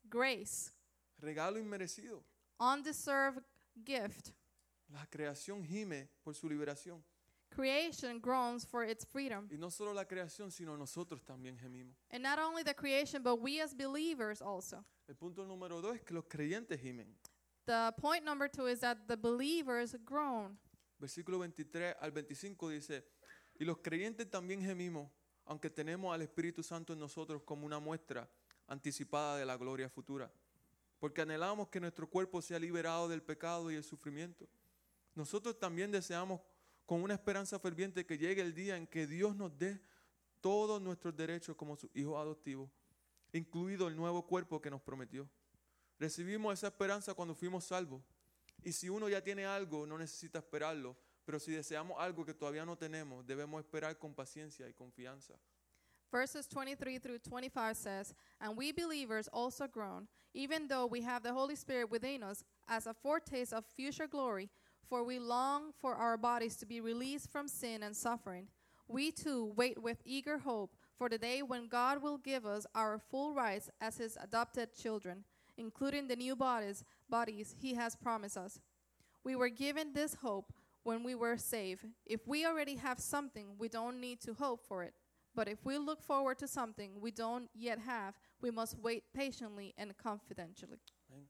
S2: Grace,
S1: regalo inmerecido.
S2: undeserved gift.
S1: La creación gime por su liberación.
S2: Creation groans for its freedom.
S1: Y no solo la creación, sino nosotros también gemimos.
S2: And not only the creation, but we as believers also.
S1: El punto número dos es que los creyentes gimen.
S2: The point number two is that the believers groan.
S1: Versículo 23 al 25 dice, y los creyentes también gemimos, aunque tenemos al Espíritu Santo en nosotros como una muestra anticipada de la gloria futura, porque anhelamos que nuestro cuerpo sea liberado del pecado y el sufrimiento. Nosotros también deseamos con una esperanza ferviente que llegue el día en que Dios nos dé todos nuestros derechos como sus hijos adoptivos, incluido el nuevo cuerpo que nos prometió. Recibimos esa esperanza cuando fuimos salvos. Y si uno ya tiene algo, no necesita esperarlo. Pero si deseamos algo que todavía no tenemos, debemos esperar con paciencia y confianza.
S2: Verses 23 through 25 says, And we believers also groan, even though we have the Holy Spirit within us as a foretaste of future glory, for we long for our bodies to be released from sin and suffering. We too wait with eager hope for the day when God will give us our full rights as his adopted children, including the new bodies, bodies he has promised us. We were given this hope when we were saved. If we already have something, we don't need to hope for it. But if we look forward to something we don't yet have, we must wait patiently and confidentially.
S1: Amén.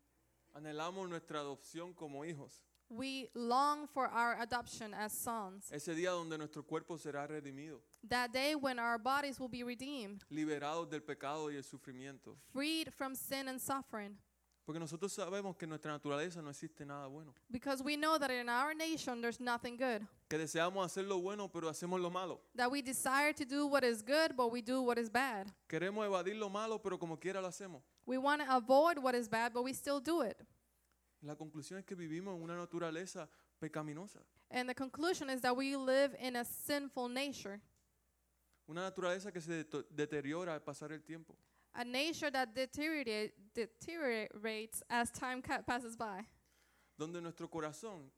S1: Anhelamos nuestra adopción como hijos.
S2: We long for our adoption as sons,
S1: Ese día donde nuestro cuerpo será redimido,
S2: that day when our bodies will be redeemed,
S1: liberados del pecado y el sufrimiento.
S2: freed from sin and suffering.
S1: Porque nosotros sabemos que en nuestra naturaleza no existe nada bueno.
S2: Because we know that in our nation there's nothing good,
S1: Que deseamos hacer lo bueno, pero hacemos lo malo.
S2: that we desire to do what is good, but we do what is bad.
S1: Queremos evadir lo malo, pero como quiera lo hacemos.
S2: We want to avoid what is bad, but we still do it.
S1: La conclusión es que vivimos en una naturaleza pecaminosa.
S2: And the conclusion is that we live in a sinful nature,
S1: Una naturaleza que se deto- deteriora al pasar el tiempo.
S2: a nature that deteriorate, deteriorates as time ca- passes by,
S1: donde nuestro corazón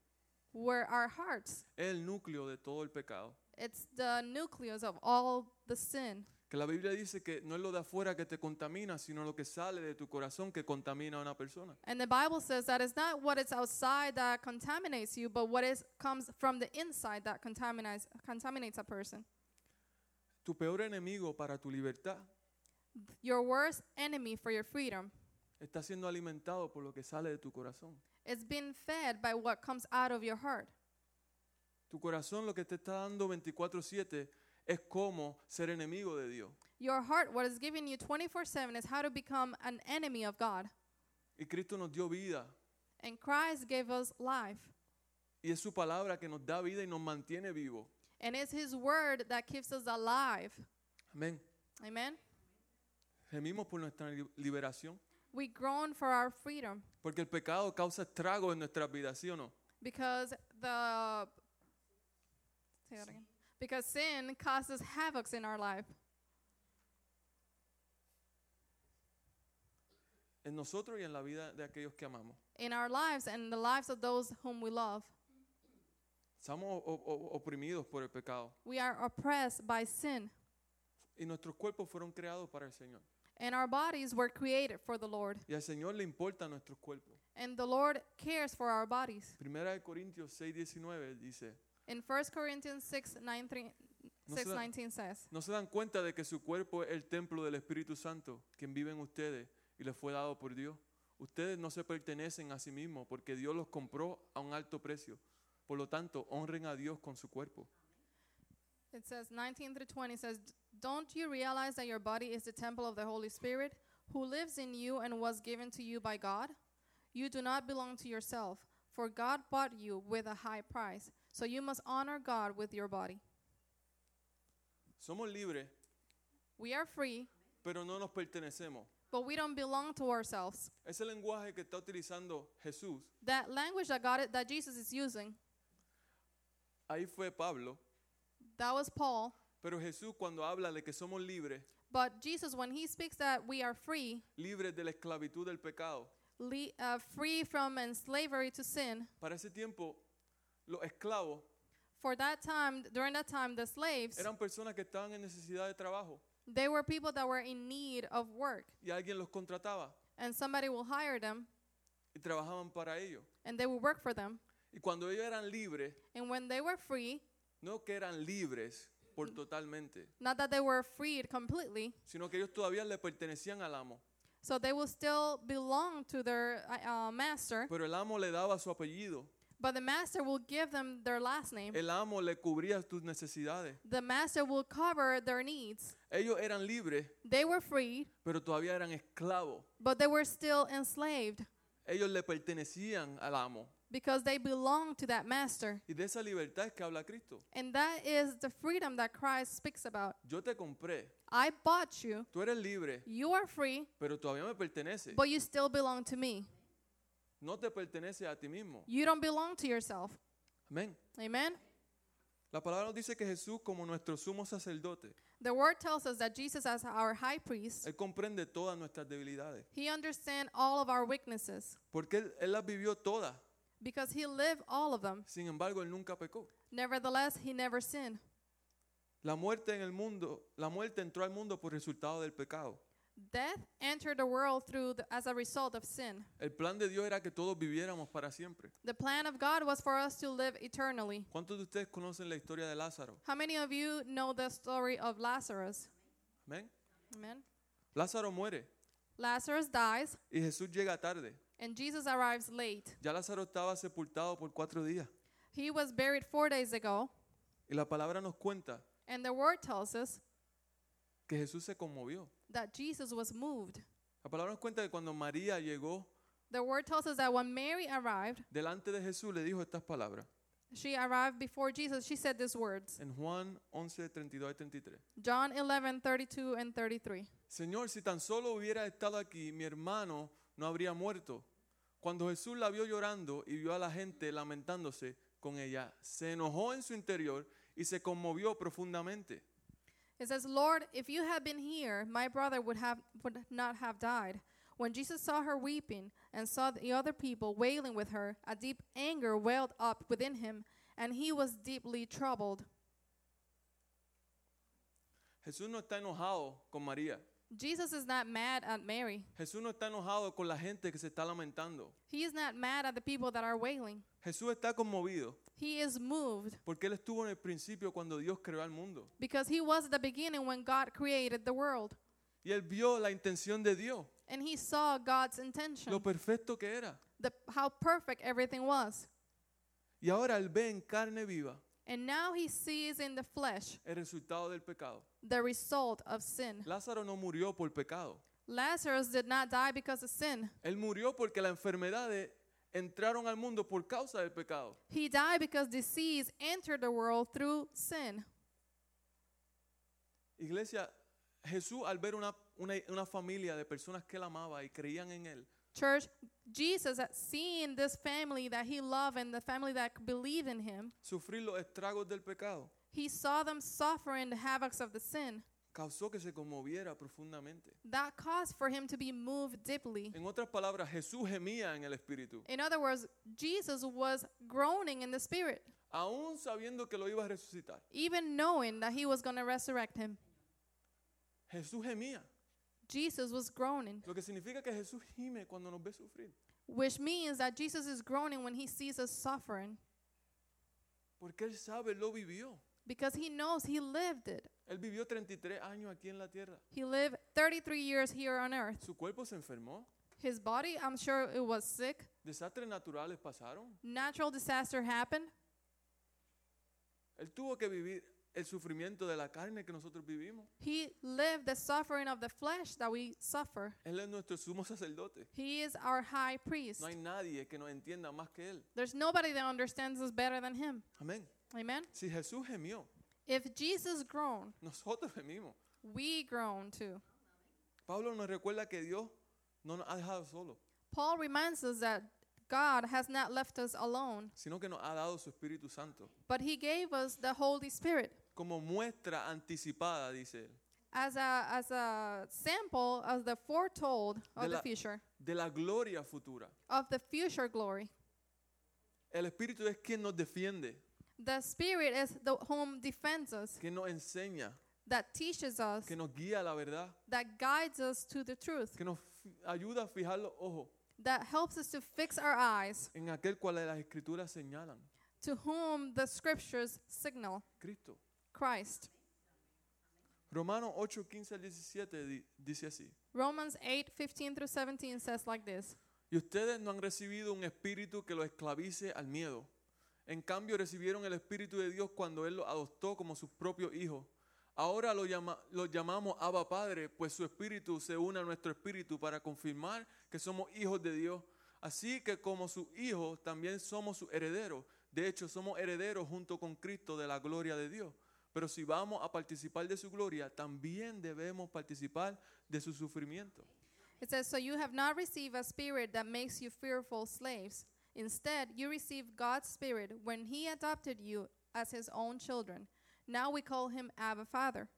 S2: where our hearts,
S1: es el núcleo de todo el pecado.
S2: it's the nucleus of all the sin.
S1: Que la Biblia dice que no es lo de afuera que te contamina, sino lo que sale de tu corazón que contamina a una persona.
S2: And the Bible says that it's not what is outside that contaminates you, but what is comes from the inside that contaminates contaminates a person.
S1: Tu peor enemigo para tu libertad
S2: Your worst enemy for your freedom
S1: está siendo alimentado por lo que sale de tu corazón.
S2: is being fed by what comes out of your heart.
S1: Tu corazón lo que te está dando 24/7 es cómo ser enemigo de Dios.
S2: Your heart, what is giving you 24/7, is how to become an enemy of God.
S1: Y Cristo nos dio vida.
S2: And Christ gave us life.
S1: Y es su palabra que nos da vida y nos mantiene vivos.
S2: And it's His word that keeps us alive.
S1: Amén.
S2: Amen.
S1: Gemimos por nuestra li- liberación.
S2: We groan for our freedom
S1: Porque el pecado causa estragos en nuestras vidas, ¿sí o no?
S2: because the say that again. because sin causes havoc in our life.
S1: en nosotros y en la vida de aquellos que amamos.
S2: in our lives and the lives of those whom we love.
S1: Estamos o- o- o- oprimidos por el pecado
S2: We are oppressed by sin,
S1: y nuestros cuerpos fueron creados para el Señor.
S2: and our bodies were created for the Lord,
S1: Y al Señor le importan nuestros cuerpos.
S2: and the Lord cares for our bodies.
S1: Primera de Corintios 6:19 dice,
S2: In 1 Corinthians 6 9, three-
S1: No se
S2: 6,
S1: da-
S2: 19 says,
S1: ¿no se dan cuenta de que su cuerpo es el templo del Espíritu Santo, quien vive en ustedes y les fue dado por Dios? Ustedes no se pertenecen a sí mismos porque Dios los compró a un alto precio. Por lo tanto, honren a Dios con su cuerpo.
S2: It says 19 through 20 says, "D- Don't you realize that your body is the temple of the Holy Spirit who lives in you and was given to you by God? You do not belong to yourself, for God bought you with a high price. So you must honor God with your body.
S1: Somos libres,
S2: We are free,
S1: pero no nos pertenecemos.
S2: but we don't belong to ourselves.
S1: Ese lenguaje que está utilizando Jesús,
S2: That language that God that Jesus is using,
S1: ahí fue Pablo,
S2: that was Paul.
S1: pero Jesús cuando habla de que somos libres,
S2: But Jesus, when he speaks that we are free,
S1: libres de la esclavitud del pecado,
S2: le, uh, free from and slavery to sin,
S1: para ese tiempo los esclavos
S2: for that time, during that time, the slaves.
S1: eran personas que estaban en necesidad de trabajo
S2: They were people that were in need of work,
S1: y alguien los contrataba
S2: and somebody will hire them
S1: y trabajaban para ellos.
S2: and they will work for them.
S1: Y cuando ellos eran libres,
S2: And when they were free,
S1: no que eran libres por totalmente,
S2: not that they were freed completely,
S1: sino que ellos todavía le pertenecían al amo.
S2: so they will still belong to their uh, uh, master,
S1: Pero el amo le daba su apellido,
S2: but the master will give them their last name.
S1: el amo le cubría tus necesidades.
S2: The master will cover their needs.
S1: Ellos eran libres,
S2: They were freed,
S1: pero todavía eran esclavos.
S2: but they were still enslaved
S1: Ellos le pertenecían al amo.
S2: because they belonged to that master.
S1: Y de esa libertad es que habla Cristo.
S2: And that is the freedom that Christ speaks about.
S1: Yo te compré,
S2: I bought you.
S1: tú eres libre,
S2: You are free,
S1: pero todavía me pertenece.
S2: but you still belong to me.
S1: No te pertenece a ti mismo.
S2: You don't belong to yourself.
S1: Amén.
S2: Amen.
S1: La palabra nos dice que Jesús, como nuestro sumo sacerdote,
S2: The word tells us that Jesus as our high priest,
S1: Él comprende todas nuestras debilidades.
S2: he understands all of our weaknesses
S1: Porque Él, Él las vivió todas.
S2: because he lived all of them.
S1: Sin embargo, Él nunca pecó.
S2: Nevertheless, he never sinned.
S1: La muerte en el mundo, la muerte entró al mundo por resultado del pecado.
S2: Death entered the world through the, as a result of sin.
S1: El plan de Dios era que todos viviéramos para siempre.
S2: The plan of God was for us to live eternally.
S1: ¿Cuántos de ustedes conocen la historia de Lázaro?
S2: How many of you know the story of Lazarus?
S1: Amén.
S2: Amen.
S1: Lázaro muere
S2: Lazarus dies
S1: y Jesús llega tarde.
S2: and Jesus arrives late.
S1: Ya Lázaro estaba sepultado por cuatro días.
S2: He was buried 4 days ago,
S1: Y la palabra nos cuenta
S2: and the word tells us
S1: que Jesús se conmovió.
S2: that Jesus was moved.
S1: La palabra nos cuenta que cuando María llegó
S2: The word tells us that when Mary arrived,
S1: delante de Jesús, le dijo estas palabras.
S2: she arrived before Jesus. She said these words
S1: En Juan 11, 32 y 33.
S2: John 11, 32 and 33.
S1: Señor, si tan solo hubiera estado aquí, mi hermano no habría muerto. Cuando Jesús la vio llorando y vio a la gente lamentándose con ella, se enojó en su interior y se conmovió profundamente.
S2: It says, Lord, if you had been here, my brother would, have, would not have died. When Jesus saw her weeping and saw the other people wailing with her, a deep anger welled up within him, and he was deeply troubled.
S1: Jesús no está enojado con María.
S2: Jesus is not mad at Mary.
S1: Jesús no está enojado con la gente que se está lamentando.
S2: He is not mad at the people that are wailing.
S1: Jesús está conmovido
S2: He is moved
S1: porque él estuvo en el principio cuando Dios creó al mundo.
S2: because he was at the beginning when God created the world.
S1: Y él vio la intención de Dios,
S2: And he saw God's intention,
S1: lo perfecto que era.
S2: the, how perfect everything was.
S1: Y ahora él ve en carne viva
S2: And now he sees in the flesh
S1: el resultado del pecado.
S2: the result of sin.
S1: Lázaro no murió por pecado.
S2: Lazarus did not die because of sin.
S1: Él murió porque las enfermedades entraron al mundo por causa del pecado.
S2: He died because disease entered the world through sin.
S1: Iglesia, Jesús al ver una, una, una familia de personas que él amaba y creían en él,
S2: Church, Jesus, at seeing this family that he loved and the family that believed in him,
S1: sufrir los estragos del pecado,
S2: he saw them suffering the havocs of the sin.
S1: causó que se conmoviera profundamente.
S2: That caused for him to be moved deeply.
S1: En otras palabras, Jesús gemía en el Espíritu,
S2: In other words, Jesus was groaning in the spirit,
S1: aún sabiendo que lo iba a resucitar.
S2: even knowing that he was going to resurrect him.
S1: Jesús gemía,
S2: Jesus was groaning,
S1: lo que significa que Jesús gime cuando nos ve sufrir,
S2: which means that Jesus is groaning when he sees us suffering
S1: porque Él sabe, Él lo vivió.
S2: because he knows he lived it.
S1: Él vivió 33 años aquí en la tierra.
S2: He lived 33 years here on earth.
S1: Su cuerpo se enfermó,
S2: His body, I'm sure it was sick.
S1: desastres naturales pasaron.
S2: Natural disaster happened.
S1: Él tuvo que vivir el sufrimiento de la carne que nosotros vivimos.
S2: He lived the suffering of the flesh that we suffer.
S1: Él es nuestro sumo sacerdote.
S2: He is our high priest.
S1: No hay nadie que nos entienda más que Él.
S2: There's nobody that understands us better than him.
S1: Amén.
S2: Amen.
S1: Si Jesús gemió,
S2: If Jesus groaned,
S1: nosotros gemimos.
S2: we groan too.
S1: Pablo nos recuerda que Dios no nos ha dejado solos,
S2: Paul reminds us that God has not left us alone,
S1: sino que nos ha dado su Espíritu Santo.
S2: but he gave us the Holy Spirit
S1: Como muestra anticipada, dice él,
S2: as a as a sample of the foretold
S1: De
S2: of the
S1: la-
S2: future,
S1: de la gloria futura.
S2: of the future glory.
S1: El Espíritu es quien nos defiende,
S2: The Spirit is the whom defends us,
S1: quien nos enseña,
S2: that teaches us,
S1: que nos guía a la verdad,
S2: that guides us to the truth,
S1: que nos fi- ayuda a fijar los ojos
S2: that helps us to fix our eyes
S1: en aquel cual las escrituras señalan,
S2: to whom the scriptures signal
S1: Cristo.
S2: Christ.
S1: Romanos 8, 15 al 17 di- dice así.
S2: Romans 8, 15 through 17 says like this
S1: Y ustedes no han recibido un espíritu que los esclavice al miedo. En cambio, recibieron el espíritu de Dios cuando Él los adoptó como sus propios hijos. Ahora los llamamos Abba Padre, pues su espíritu se une a nuestro espíritu para confirmar que somos hijos de Dios. Así que como sus hijos, también somos sus herederos. De hecho, somos herederos junto con Cristo de la gloria de Dios. Pero si vamos a participar de su gloria, también debemos participar de su sufrimiento.
S2: It says, So you have not received a spirit that makes you fearful slaves. Instead, you received God's spirit when He adopted you as His own children. Now we call Him Abba Father.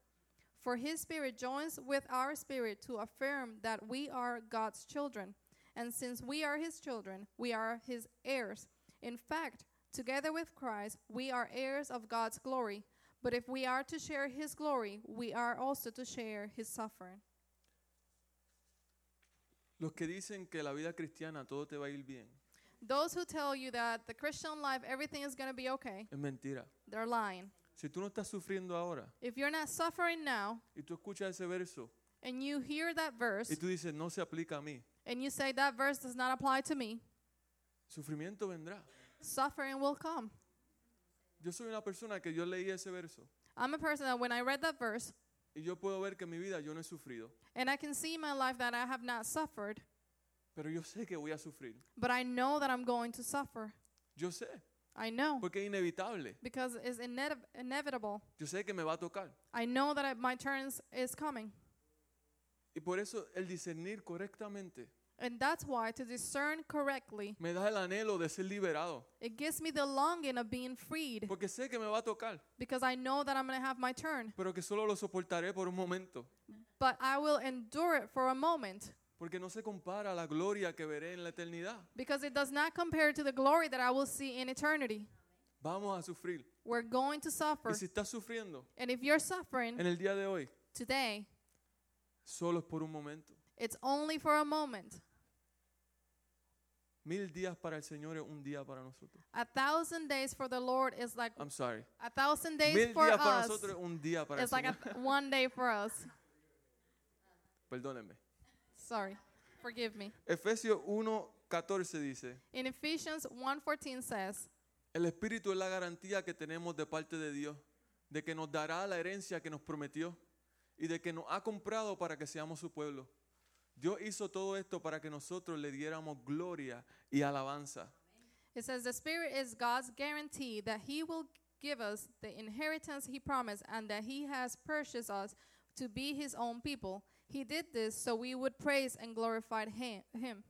S2: For His spirit joins with our spirit to affirm that we are God's children. And since we are His children, we are His heirs. In fact, together with Christ, we are heirs of God's glory. But if we are to share His glory, we are also to share His suffering.
S1: Los que dicen que la vida cristiana todo te va a ir bien,
S2: Those who tell you that the Christian life, everything is going to be okay,
S1: es mentira.
S2: they're lying.
S1: Si tú no estás sufriendo ahora
S2: If you're not suffering now
S1: y tú escuchas ese verso
S2: and you hear that verse
S1: y tú dices, no se aplica a mí,
S2: and you say that verse does not apply to me,
S1: sufrimiento vendrá.
S2: suffering will come.
S1: Yo soy una persona que yo leí ese verso
S2: I'm a person that when I read that verse
S1: y yo puedo ver que en mi vida yo no he sufrido,
S2: and I can see in my life that I have not suffered,
S1: pero yo sé que voy a sufrir.
S2: but I know that I'm going to suffer.
S1: Yo sé,
S2: I know
S1: porque es inevitable.
S2: because it's ine- inevitable.
S1: Yo sé que me va a tocar.
S2: I know that I, my turn is- is coming.
S1: Y por eso el discernir correctamente
S2: And that's why to discern correctly,
S1: me da el anhelo de ser liberado,
S2: it gives me the longing of being freed
S1: porque sé que me va a tocar,
S2: because I know that I'm going to have my turn.
S1: pero que solo lo soportaré por un momento,
S2: but I will endure it for a moment
S1: porque no se compara a la gloria que veré en la eternidad.
S2: because it does not compare to the glory that I will see in eternity.
S1: Vamos a sufrir.
S2: We're going to suffer.
S1: Y si estás sufriendo
S2: And if you're suffering
S1: en el día de hoy,
S2: today,
S1: solo es por un momento.
S2: it's only for a moment.
S1: Mil días para el Señor es un día para nosotros.
S2: A thousand days for the Lord is like
S1: I'm sorry.
S2: a thousand days
S1: Mil
S2: for
S1: días Um, para
S2: us.
S1: nosotros es un día para el
S2: It's like a
S1: Señor.
S2: th- one day for us.
S1: Perdónenme.
S2: Sorry. Forgive me.
S1: Efesios 1.14 dice,
S2: In Ephesians 1:14 says,
S1: el Espíritu es la garantía que tenemos de parte de Dios, de que nos dará la herencia que nos prometió y de que nos ha comprado para que seamos su pueblo. Dios hizo todo esto para que nosotros le diéramos gloria y alabanza.
S2: It says, The Spirit is God's guarantee that He will give us the inheritance He promised and that He has purchased us to be His own people. He did this so we would praise and glorify Hi- Him.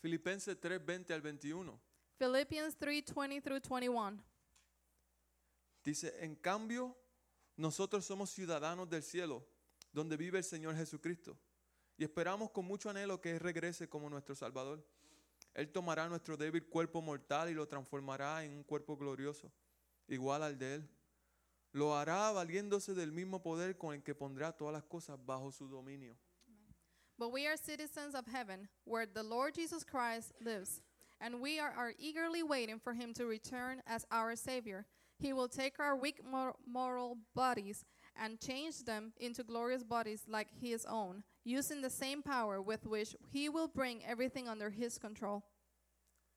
S1: Filipenses 3.20 al 21.
S2: Philippians 3 20 through 21.
S1: Dice, en cambio, nosotros somos ciudadanos del cielo, donde vive el Señor Jesucristo. Y esperamos con mucho anhelo que Él regrese como nuestro Salvador. Él tomará nuestro débil cuerpo mortal y lo transformará en un cuerpo glorioso, igual al de Él. Lo hará valiéndose del mismo poder con el que pondrá todas las cosas bajo su dominio.
S2: But we are citizens of heaven, where the Lord Jesus Christ lives, and we are, are eagerly waiting for him to return as our Savior. He will take our weak mor- moral bodies and change them into glorious bodies like his own, using the same power with which he will bring everything under his control.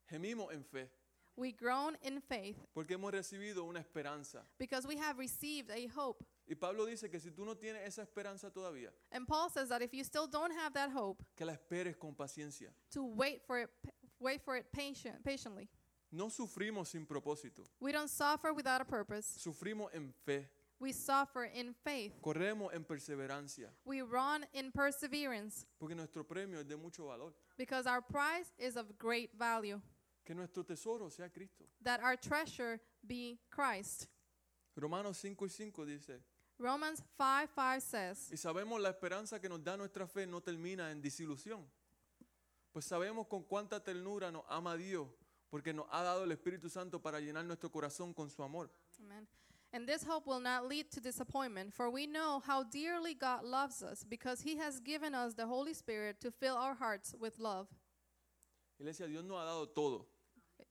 S1: Gemimos en fe,
S2: We groan in faith
S1: porque hemos recibido una esperanza.
S2: because we have received a hope.
S1: Y Pablo dice que si tú no tienes esa esperanza todavía,
S2: And Paul says that if you still don't have that hope,
S1: que la esperes con paciencia.
S2: to wait for it, pa- wait for it patient, patiently.
S1: No sufrimos sin propósito,
S2: We don't suffer without a purpose.
S1: sufrimos en fe,
S2: We suffer in faith.
S1: corremos en perseverancia,
S2: We run in perseverance
S1: porque nuestro premio es de mucho valor.
S2: because our prize is of great value.
S1: Que nuestro tesoro sea Cristo.
S2: That our treasure be Christ.
S1: Romanos 5 y 5 dice,
S2: Romans 5 5 says,
S1: y sabemos la esperanza que nos da nuestra fe no termina en disilusión, pues sabemos con cuánta ternura nos ama Dios, porque nos ha dado el Espíritu Santo para llenar nuestro corazón con su amor.
S2: Amen. And this hope will not lead to disappointment, for we know how dearly God loves us because he has given us the Holy Spirit to fill our hearts with love.
S1: Iglesia, Dios nos ha dado todo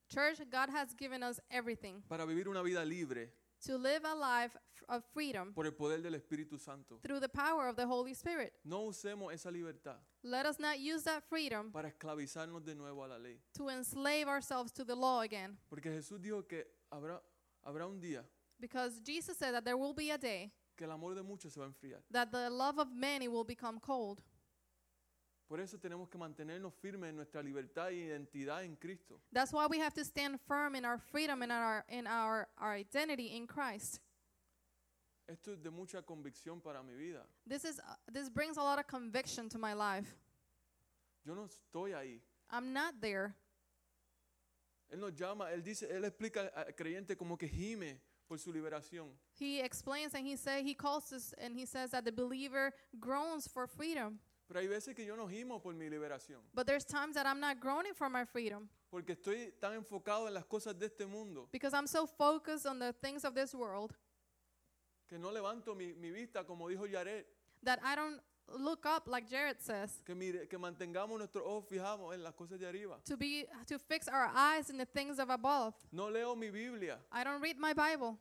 S2: Church, God has given us everything
S1: para vivir una vida libre
S2: to live a life f- of freedom
S1: por el poder del Espíritu Santo.
S2: through the power of the Holy Spirit.
S1: No usemos esa libertad
S2: Let us not use that freedom
S1: para esclavizarnos de nuevo a la ley.
S2: to enslave ourselves to the law again.
S1: Porque Jesús dijo que habrá, habrá un día
S2: Because Jesus said that there will be a day
S1: que el amor de muchos se va a enfriar.
S2: that the love of many will become cold.
S1: Por eso tenemos que mantenernos firmes en nuestra libertad e identidad en Cristo.
S2: That's why we have to stand firm in our freedom and our in our, our identity in Christ.
S1: Esto es de mucha convicción para mi vida.
S2: This is uh, this brings a lot of conviction to my life.
S1: Yo no estoy ahí.
S2: I'm not there.
S1: Él nos llama, él dice, él explica al creyente como que gime por su liberación.
S2: He explains and he say he calls us and he says that the believer groans for freedom.
S1: Pero hay veces que yo no gimo por mi liberación,
S2: But there's times that I'm not groaning for my freedom
S1: porque estoy tan enfocado en las cosas de este mundo
S2: because I'm so focused on the things of this world
S1: que no levanto mi, mi vista, como dijo Yaret,
S2: that I don't look up like Jared says
S1: que, mire- que mantengamos nuestros ojos fijados en las cosas de arriba.
S2: to be to fix our eyes in the things of above.
S1: No leo mi Biblia.
S2: I don't read my Bible.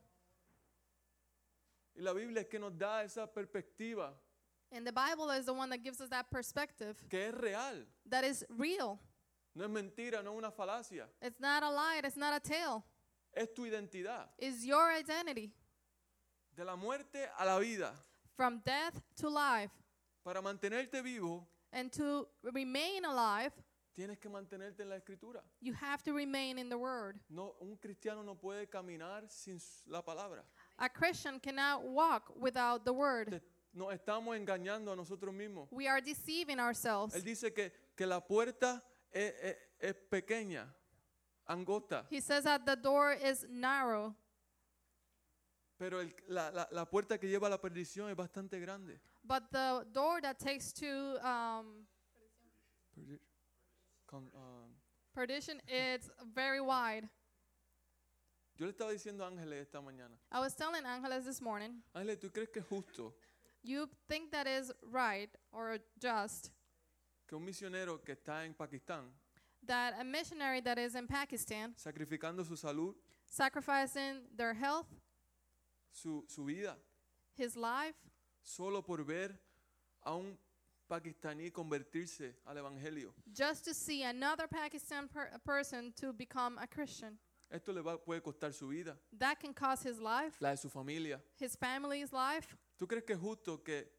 S1: Y la Biblia es que nos da esa perspectiva
S2: And the Bible is the one that gives us that perspective
S1: que es real.
S2: that is real.
S1: No es mentira, no es una falacia.
S2: It's not a lie, it's not a tale.
S1: Es tu identidad.
S2: It's your identity
S1: De la muerte a la vida.
S2: from death to life.
S1: Para mantenerte vivo,
S2: And to remain alive,
S1: tienes que mantenerte en la escritura.
S2: you have to remain in the Word.
S1: No, un cristiano no puede caminar sin s- la palabra.
S2: A Christian cannot walk without the Word.
S1: Te- nos estamos engañando a nosotros mismos.
S2: We are deceiving ourselves.
S1: Él dice que, que la puerta es, es- es pequeña, angosta,
S2: He says that the door is narrow,
S1: pero el- la, la- la puerta que lleva a la perdición es bastante grande.
S2: but the door that takes to um,
S1: Perdi- con- um,
S2: perdition is very wide.
S1: Yo le estaba diciendo a Ángeles esta mañana,
S2: I was telling Angeles this morning,
S1: Ángeles, ¿tú crees que es justo
S2: you think that is right or just
S1: que un misionero que está en Pakistán,
S2: that a missionary that is in Pakistan
S1: sacrificando su salud,
S2: sacrificing their health,
S1: su, su vida,
S2: his life,
S1: solo por ver a un pakistaní convertirse al Evangelio?
S2: just to see another Pakistan per- person to become a Christian.
S1: Esto le va, puede costar su vida,
S2: That can cost his life,
S1: la de su familia.
S2: his family's life.
S1: ¿Tú crees que es justo que,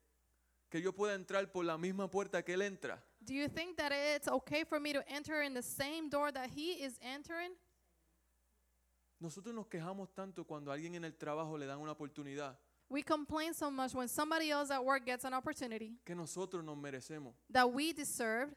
S1: que yo pueda entrar por la misma puerta que él entra?
S2: Do you think that it's okay for me to enter in the same door that he is entering?
S1: Nosotros nos quejamos tanto cuando a alguien en el trabajo le dan una oportunidad
S2: We complain so much when somebody else at work gets an opportunity
S1: que nosotros nos merecemos.
S2: that we deserved.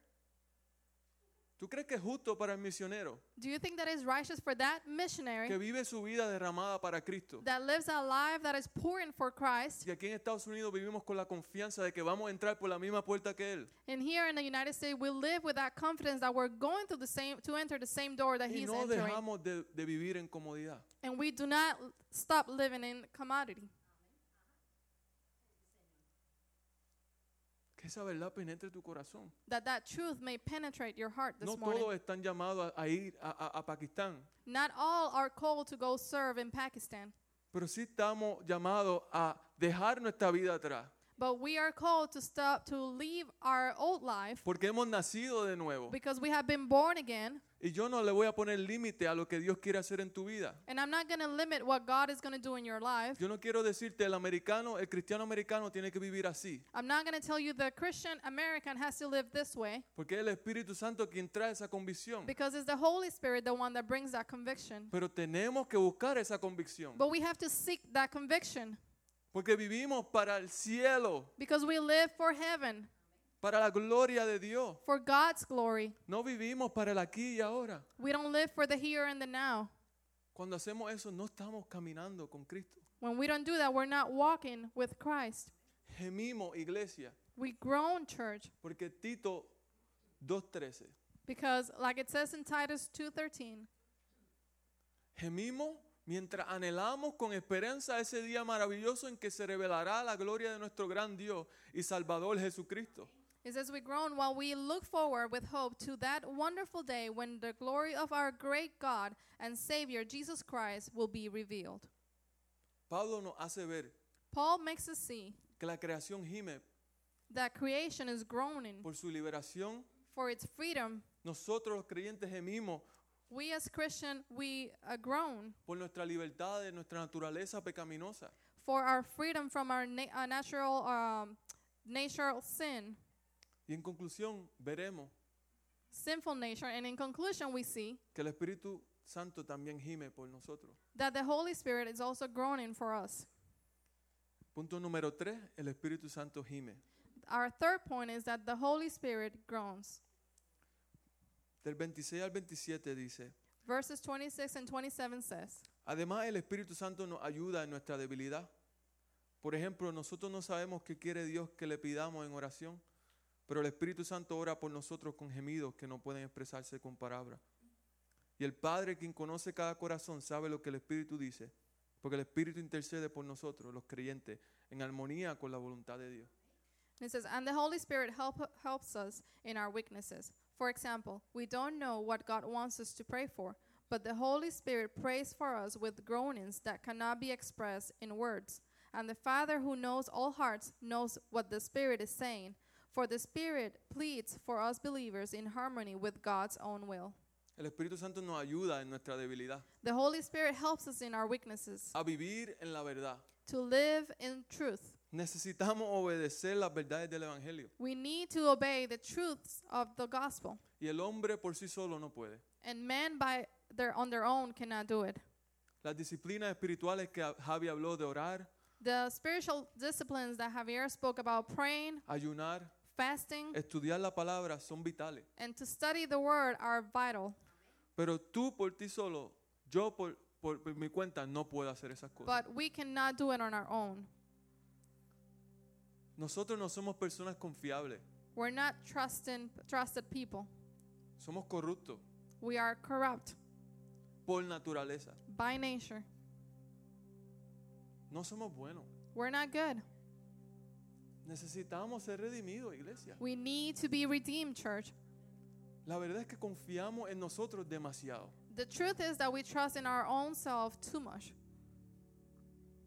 S1: ¿Tú crees que es justo para el misionero
S2: Do you think that is righteous for that
S1: que
S2: missionary
S1: vive su vida derramada para Cristo?
S2: that lives a life that is pouring for Christ?
S1: Y aquí en Estados Unidos vivimos con la confianza de que vamos a entrar por la misma puerta que Él.
S2: And here in the United States, we live with that confidence that we're going through the same to enter the same door that
S1: Y
S2: he's
S1: no
S2: entering,
S1: dejamos de, de vivir en comodidad.
S2: and we do not stop living in commodity.
S1: Que esa verdad penetre tu corazón.
S2: That that truth may penetrate your heart this
S1: No
S2: morning.
S1: todos están llamados a, a ir a, a- a Pakistán,
S2: Not all are called to go serve in Pakistan,
S1: pero sí estamos llamados a dejar nuestra vida atrás,
S2: but we are called to stop to leave our old life
S1: porque hemos nacido de nuevo.
S2: because we have been born again.
S1: Y yo no le voy a poner límite a lo que Dios quiere hacer en tu vida.
S2: And I'm not going to limit what God is going to do in your life.
S1: Yo no quiero decirte el americano, el cristiano americano tiene que vivir así,
S2: I'm not going to tell you the Christian American has to live this way
S1: porque es el Espíritu Santo quien trae esa convicción.
S2: because it's the Holy Spirit the one that brings that conviction.
S1: Pero tenemos que buscar esa convicción,
S2: But we have to seek that conviction
S1: porque vivimos para el cielo,
S2: because we live for heaven,
S1: para la gloria de Dios.
S2: for God's glory.
S1: No vivimos para el aquí y ahora.
S2: We don't live for the here and the now.
S1: Cuando hacemos eso, no estamos caminando con Cristo.
S2: When we don't do that, we're not walking with Christ.
S1: Gemimos, iglesia,
S2: We groan, church,
S1: porque Tito 2.13.
S2: because like it says in Titus 2:13,
S1: Gemimos mientras anhelamos con esperanza ese día maravilloso en que se revelará la gloria de nuestro gran Dios y Salvador Jesucristo.
S2: it says we groan while we look forward with hope to that wonderful day when the glory of our great God and Savior Jesus Christ will be revealed.
S1: Pablo nos hace ver
S2: Paul makes us see
S1: que la creación gime
S2: that creation is groaning
S1: por su liberación.
S2: for its freedom.
S1: Nosotros los creyentes gemimos
S2: We as Christian, we uh, groan
S1: por nuestra libertad de nuestra naturaleza pecaminosa.
S2: for our freedom from our, na- uh, natural um, natural sin,
S1: Y en conclusión, veremos
S2: sinful nature. And in conclusion, we see
S1: que el Espíritu Santo también gime por nosotros.
S2: that the Holy Spirit is also groaning for us.
S1: Punto número tres, el Espíritu Santo gime.
S2: Our third point is that the Holy Spirit groans.
S1: Del 26 al 27 dice,
S2: Verses 26 and 27 says,
S1: además el Espíritu Santo nos ayuda en nuestra debilidad. Por ejemplo, nosotros no sabemos qué quiere Dios que le pidamos en oración, pero el Espíritu Santo ora por nosotros con gemidos que no pueden expresarse con palabras. Y el Padre, quien conoce cada corazón, sabe lo que el Espíritu dice, porque el Espíritu intercede por nosotros, los creyentes, en armonía con la voluntad de Dios.
S2: and it says, and the Holy Spirit help, helps us in our weaknesses. For example, we don't know what God wants us to pray for, but the Holy Spirit prays for us with groanings that cannot be expressed in words. And the Father who knows all hearts knows what the Spirit is saying, for the Spirit pleads for us believers in harmony with God's own will.
S1: El Espíritu Santo nos ayuda en nuestra debilidad,
S2: The Holy Spirit helps us in our weaknesses
S1: a vivir en la verdad.
S2: to live in truth.
S1: Necesitamos obedecer las verdades del Evangelio.
S2: We need to obey the truths of the gospel,
S1: Y el hombre por sí solo no puede.
S2: and men by their on their own cannot do it.
S1: Las disciplinas espirituales que Javi habló de orar,
S2: The spiritual disciplines that Javier spoke about praying,
S1: ayunar,
S2: fasting,
S1: estudiar la palabra son vitales.
S2: and to study the word are vital.
S1: Pero tú por ti solo, yo por, por, por mi cuenta no puedo hacer esas cosas.
S2: But we cannot do it on our own.
S1: Nosotros no somos personas confiables,
S2: We're not trusting trusted people.
S1: somos corruptos
S2: We are corrupt
S1: por naturaleza.
S2: by nature.
S1: No somos buenos.
S2: We're not good.
S1: Necesitamos ser redimidos, iglesia.
S2: We need to be redeemed, church.
S1: La verdad es que confiamos en nosotros demasiado.
S2: The truth is that we trust in our own self too much.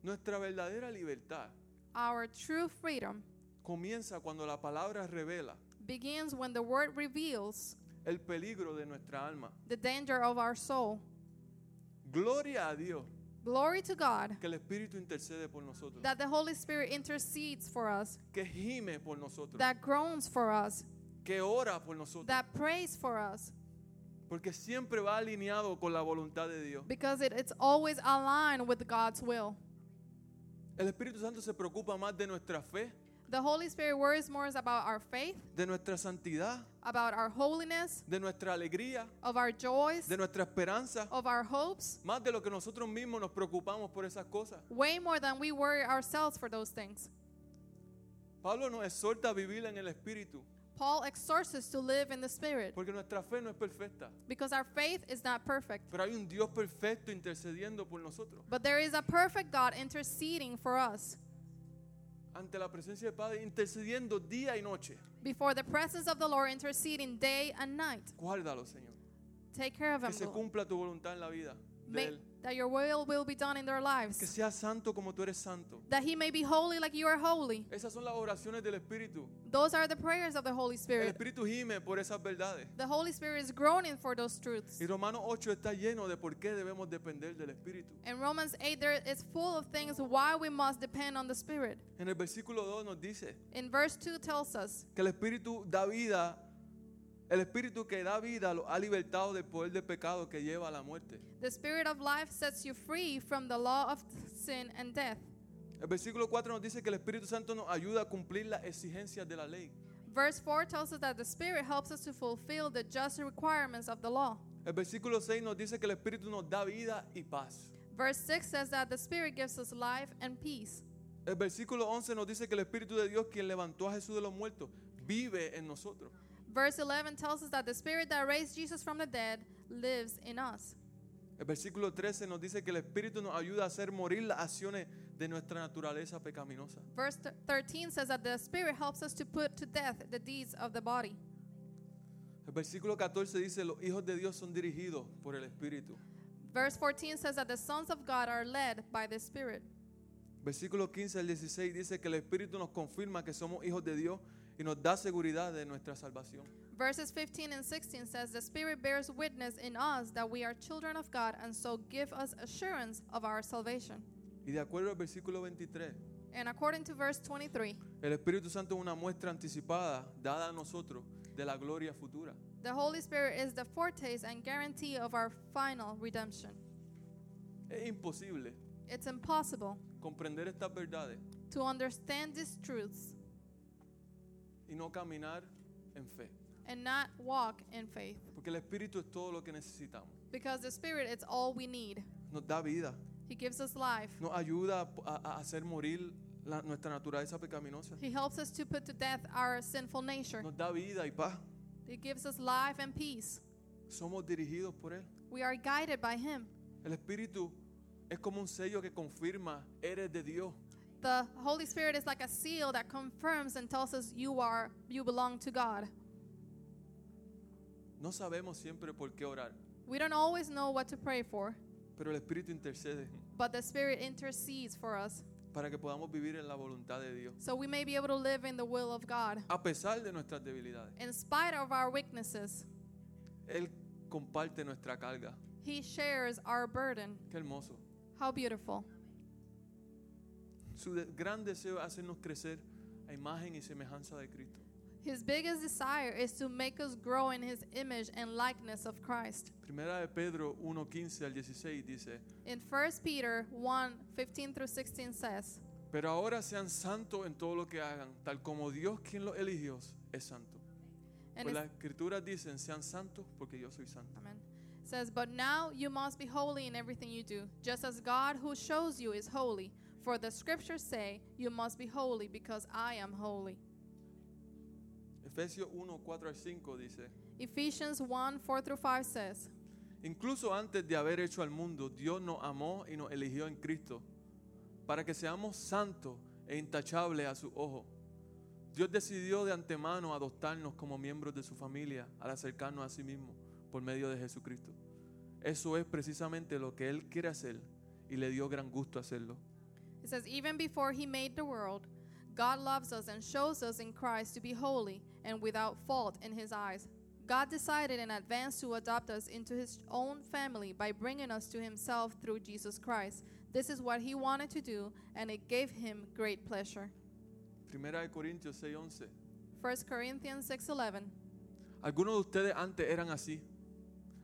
S1: Nuestra verdadera libertad
S2: Our true freedom
S1: comienza cuando la palabra revela
S2: begins when the word reveals
S1: el peligro de nuestra alma.
S2: the danger of our soul.
S1: Gloria a Dios
S2: Glory to God
S1: que el Espíritu intercede por nosotros,
S2: that the Holy Spirit intercedes for us,
S1: que gime por nosotros,
S2: that groans for us,
S1: que ora por nosotros,
S2: that prays for us,
S1: porque siempre va alineado con la voluntad de Dios.
S2: because it, it's always aligned with God's will.
S1: El Espíritu Santo se preocupa más de nuestra fe
S2: The Holy Spirit worries more about our faith,
S1: de nuestra santidad,
S2: about our holiness,
S1: de nuestra alegría,
S2: of our joys,
S1: de nuestra esperanza,
S2: of our hopes,
S1: más de lo que nosotros mismos nos preocupamos por esas cosas.
S2: way more than we worry ourselves for those things.
S1: Pablo nos exhorta a vivir en el Espíritu,
S2: Paul exhorts us to live in the Spirit
S1: porque nuestra fe no es perfecta,
S2: because our faith is not perfect.
S1: pero hay un Dios perfecto intercediendo por nosotros.
S2: But there is a perfect God interceding for us
S1: Ante la presencia del Padre, intercediendo día y noche.
S2: before the presence of the Lord, interceding day and night.
S1: Guárdalo, Señor.
S2: Take care of
S1: Que
S2: them,
S1: se
S2: Lord.
S1: cumpla tu voluntad en la vida de
S2: May-
S1: Él.
S2: that your will will be done in their
S1: Que
S2: lives,
S1: sea santo como tú eres santo.
S2: that He may be holy like you are holy.
S1: Esas son las oraciones del Espíritu.
S2: Those are the prayers of the Holy
S1: El
S2: Spirit.
S1: Espíritu gime por esas verdades.
S2: The Holy Spirit is groaning for those truths.
S1: Y Romanos 8 está lleno de por qué debemos depender del Espíritu.
S2: In Romans 8, there is full of things why we must depend on the Spirit.
S1: En el versículo 2 nos dice
S2: In verse 2 tells us
S1: que el Espíritu da vida, el Espíritu que da vida lo ha libertado del poder del pecado que lleva a la muerte.
S2: the Spirit of life sets you free from the law of sin and death.
S1: El versículo 4 nos dice que el Espíritu Santo nos ayuda a cumplir las exigencias de la ley.
S2: Verse 4 tells us that the Spirit helps us to fulfill the just requirements of the law.
S1: El versículo 6 nos dice que el Espíritu nos da vida y paz.
S2: Verse 6 says that the Spirit gives us life and peace.
S1: El versículo 11 nos dice que el Espíritu de Dios, quien levantó a Jesús de los muertos, vive en nosotros.
S2: Verse 11 tells us that the Spirit that raised Jesus from the dead lives in us.
S1: El versículo 13 nos dice que el Espíritu nos ayuda a hacer morir las acciones de nuestra naturaleza pecaminosa.
S2: Verse th- 13 says that the Spirit helps us to put to death the deeds of the body.
S1: El versículo 14 dice, los hijos de Dios son dirigidos por el Espíritu.
S2: Verse 14 says that the sons of God are led by the Spirit.
S1: Versículo 15 al 16 dice que el Espíritu nos confirma que somos hijos de Dios y nos da seguridad de nuestra salvación.
S2: Verses 15 and 16 says the Spirit bears witness in us that we are children of God and so give us assurance of our salvation.
S1: Y de acuerdo al versículo 23,
S2: And according to verse 23,
S1: el Espíritu Santo es una muestra anticipada dada a nosotros de la gloria futura.
S2: the Holy Spirit is the foretaste and guarantee of our final redemption.
S1: Es imposible
S2: It's impossible
S1: comprender estas verdades
S2: to understand these truths
S1: y no caminar en fe,
S2: and not walk in faith
S1: porque el Espíritu es todo lo que necesitamos.
S2: because the Spirit is all we need.
S1: Nos da vida,
S2: He gives us life,
S1: nos ayuda a, a- a hacer morir la- nuestra naturaleza pecaminosa,
S2: He helps us to put to death our sinful nature,
S1: nos da vida y paz.
S2: He gives us life and peace.
S1: Somos dirigidos por Él.
S2: We are guided by Him.
S1: El Espíritu es como un sello que confirma, eres de Dios.
S2: The Holy Spirit is like a seal that confirms and tells us you are you belong to God.
S1: No sabemos siempre por qué orar,
S2: We don't always know what to pray for,
S1: pero el Espíritu intercede
S2: but the Spirit intercedes for us
S1: para que podamos vivir en la voluntad de Dios,
S2: so we may be able to live in the will of God.
S1: a pesar de nuestras debilidades.
S2: In spite of our weaknesses,
S1: Él comparte nuestra carga.
S2: He shares our burden.
S1: Qué hermoso.
S2: How beautiful.
S1: Su de- gran deseo es hacernos crecer a imagen y semejanza de Cristo.
S2: His biggest desire is to make us grow in his image and likeness of Christ.
S1: Primera de Pedro 1:15 al 16 dice,
S2: In 1 Peter 1 15 through 16 says,
S1: pero ahora sean santos en todo lo que hagan, tal como Dios quien los eligió es santo.
S2: and
S1: Pues
S2: it
S1: las escrituras dicen, sean santos porque yo soy santo.
S2: Amen. Says, but now you must be holy in everything you do, just as God who shows you is holy. For the scriptures say, You must be holy because I am holy.
S1: Efesios 1, 4 al 5 dice,
S2: Ephesians 1 4 through 5 says,
S1: incluso antes de haber hecho al mundo, Dios nos amó y nos eligió en Cristo, para que seamos santos e intachables a su ojo. Dios decidió de antemano adoptarnos como miembros de su familia al acercarnos a sí mismo por medio de Jesucristo. Eso es precisamente lo que Él quiere hacer y le dio gran gusto hacerlo.
S2: It says, Even before he made the world, God loves us and shows us in Christ to be holy and without fault in his eyes. God decided in advance to adopt us into his own family by bringing us to himself through Jesus Christ. This is what he wanted to do, and it gave him great pleasure.
S1: Primera de Corintios 6, 11.
S2: 1 Corinthians 6:11
S1: Algunos de ustedes antes eran así,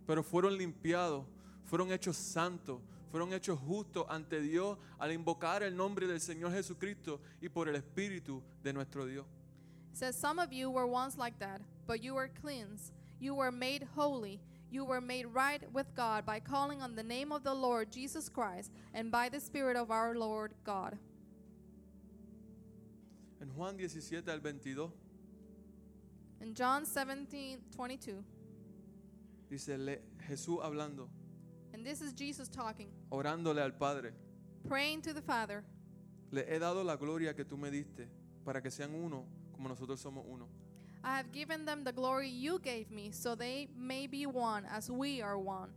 S1: pero fueron limpiados, fueron hechos santos, fueron hechos justos ante Dios al invocar el nombre del Señor Jesucristo y por el Espíritu de nuestro Dios.
S2: It says, Some of you were once like that, but you were cleansed. You were made holy. You were made right with God by calling on the name of the Lord Jesus Christ and by the Spirit of our Lord God.
S1: En Juan 17 al 22
S2: In John 17 22.
S1: dice le- Jesús hablando,
S2: And this is Jesus talking,
S1: orándole al Padre,
S2: praying to the Father.
S1: le he dado la gloria que tú me diste para que sean uno como nosotros somos uno.
S2: I have given them the glory you gave me, so they may be one as we are one.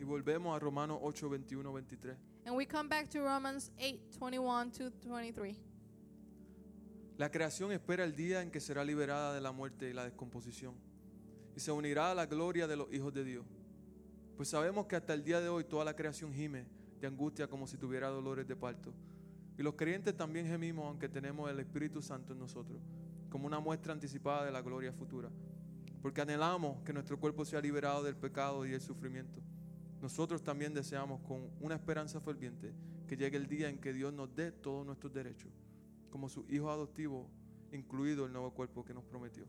S1: Y volvemos a Romanos 8, 21, 23.
S2: And we come back to Romans 8 21 to 23.
S1: La creación espera el día en que será liberada de la muerte y la descomposición y se unirá a la gloria de los hijos de Dios. Pues sabemos que hasta el día de hoy toda la creación gime de angustia como si tuviera dolores de parto. Y los creyentes también gemimos aunque tenemos el Espíritu Santo en nosotros, como una muestra anticipada de la gloria futura. Porque anhelamos que nuestro cuerpo sea liberado del pecado y del sufrimiento. Nosotros también deseamos con una esperanza ferviente que llegue el día en que Dios nos dé todos nuestros derechos como su hijo adoptivo, incluido el nuevo cuerpo que nos prometió.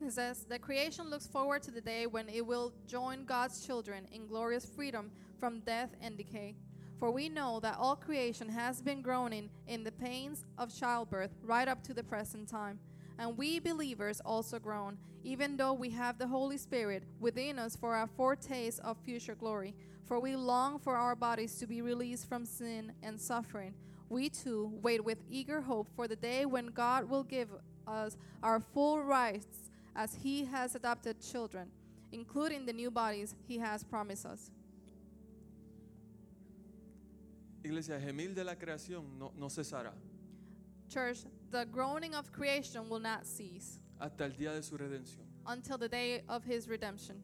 S2: It says, The creation looks forward to the day when it will join God's children in glorious freedom from death and decay. For we know that all creation has been groaning in the pains of childbirth right up to the present time. And we believers also groan, even though we have the Holy Spirit within us for our foretaste of future glory. For we long for our bodies to be released from sin and suffering. We too wait with eager hope for the day when God will give us our full rights as He has adopted children, including the new bodies He has promised us.
S1: Iglesia, el gemil de la creación no, no cesará
S2: Church, the groaning of creation will not cease
S1: hasta el día de su redención.
S2: until the day of His redemption.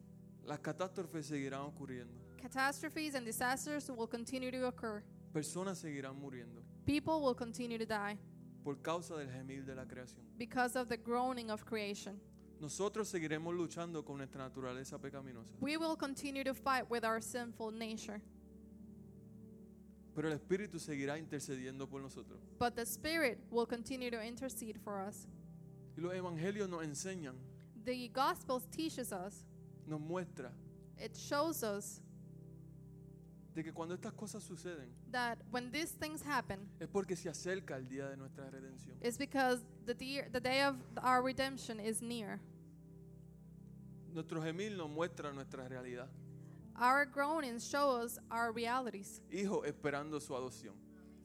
S1: Las catástrofes seguirán ocurriendo,
S2: Catastrophes and disasters will continue to occur.
S1: personas seguirán muriendo
S2: People will continue to die
S1: por causa del gemil de la creación.
S2: because of the groaning of creation.
S1: Nosotros seguiremos luchando con nuestra naturaleza pecaminosa,
S2: We will continue to fight with our sinful nature,
S1: pero el Espíritu seguirá intercediendo por nosotros.
S2: but the Spirit will continue to intercede for us.
S1: Y los evangelios nos enseñan,
S2: The Gospels teaches us,
S1: nos muestra
S2: it shows us
S1: de que cuando estas cosas suceden
S2: that when these things happen,
S1: es porque se acerca el día de nuestra redención.
S2: it's because the, dear, the day of our redemption is near.
S1: Nuestro gemil nos muestra nuestra realidad.
S2: Our groanings show us our realities
S1: Hijo esperando su adopción.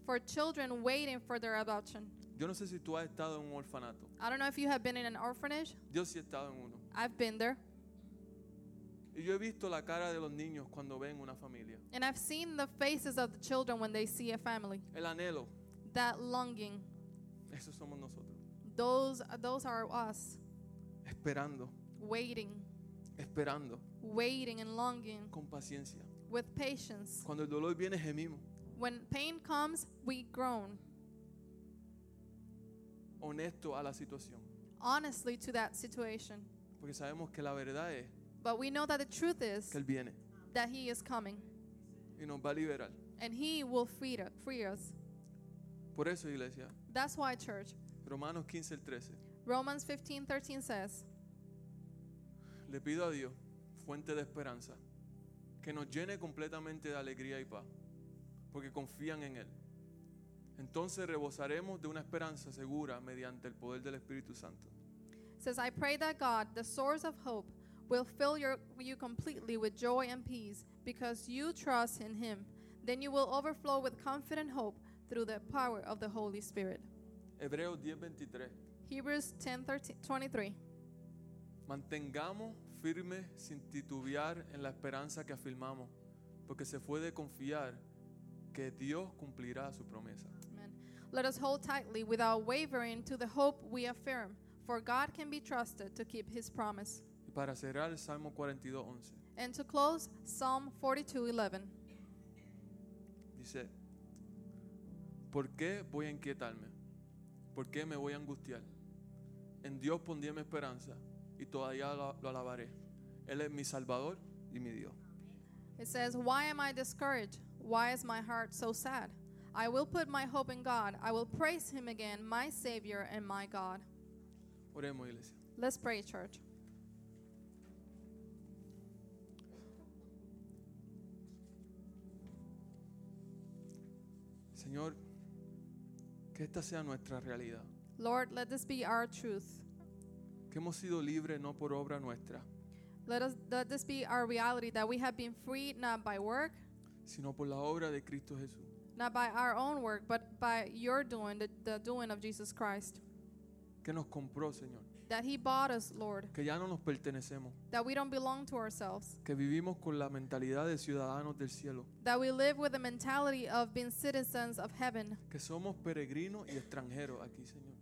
S2: for children waiting for their adoption.
S1: Yo no sé si tú has estado en un orfanato.
S2: I don't know if you have been in an orphanage.
S1: Yo sí he estado en uno.
S2: I've been there,
S1: Y yo he visto la cara de los niños cuando ven una familia.
S2: and I've seen the faces of the children when they see a family.
S1: El anhelo,
S2: That longing,
S1: eso somos nosotros.
S2: those those are us
S1: Esperando,
S2: waiting,
S1: esperando,
S2: waiting and longing
S1: con paciencia.
S2: with patience.
S1: Cuando el dolor viene, gemimos.
S2: When pain comes, we groan
S1: Honesto a la situación.
S2: honestly to that situation.
S1: Porque sabemos que la verdad es
S2: But we know that the truth is
S1: que Él viene
S2: that He is coming
S1: y nos va a liberar.
S2: and He will free, to- free us.
S1: Por eso, iglesia,
S2: That's why, church,
S1: Romanos 15, el 13.
S2: Romans 15 13 says,
S1: Le pido a Dios, fuente de esperanza, que nos llene completamente de alegría y paz, porque confían en Él. Entonces rebosaremos de una esperanza segura mediante el poder del Espíritu Santo.
S2: says, I pray that God, the source of hope, will fill your, you completely with joy and peace because you trust in Him. Then you will overflow with confident hope through the power of the Holy Spirit.
S1: Hebreos 10:23.
S2: Hebrews 10 13, 23.
S1: Mantengamos firmes sin titubear en la esperanza que afirmamos, porque se puede confiar que Dios cumplirá su promesa.
S2: Amen. Let us hold tightly without wavering to the hope we affirm, for God can be trusted to keep His promise.
S1: Y para cerrar el Salmo 42:11.
S2: And to close, Psalm 42:11.
S1: Dice, ¿por qué voy a inquietarme? ¿Por qué me voy a angustiar? En Dios pondré mi esperanza y todavía lo, lo alabaré. Él es mi Salvador y mi Dios.
S2: It says, "Why am I discouraged? Why is my heart so sad? I will put my hope in God. I will praise Him again, my Savior and my God.
S1: Oremos, iglesia.
S2: Let's pray, church.
S1: Señor, que esta sea nuestra realidad.
S2: Lord, let this be our truth.
S1: Que hemos sido libres no por obra nuestra,
S2: Let us let this be our reality that we have been freed not by work,
S1: sino por la obra de Cristo Jesús.
S2: not by our own work, but by your doing, the, the doing of Jesus Christ.
S1: Que nos compró, Señor.
S2: That He bought us, Lord,
S1: Que ya no nos pertenecemos.
S2: that we don't belong to ourselves,
S1: Que vivimos con la mentalidad de ciudadanos del cielo.
S2: that we live with the mentality of being citizens of heaven,
S1: Que somos peregrinos y extranjeros aquí, Señor.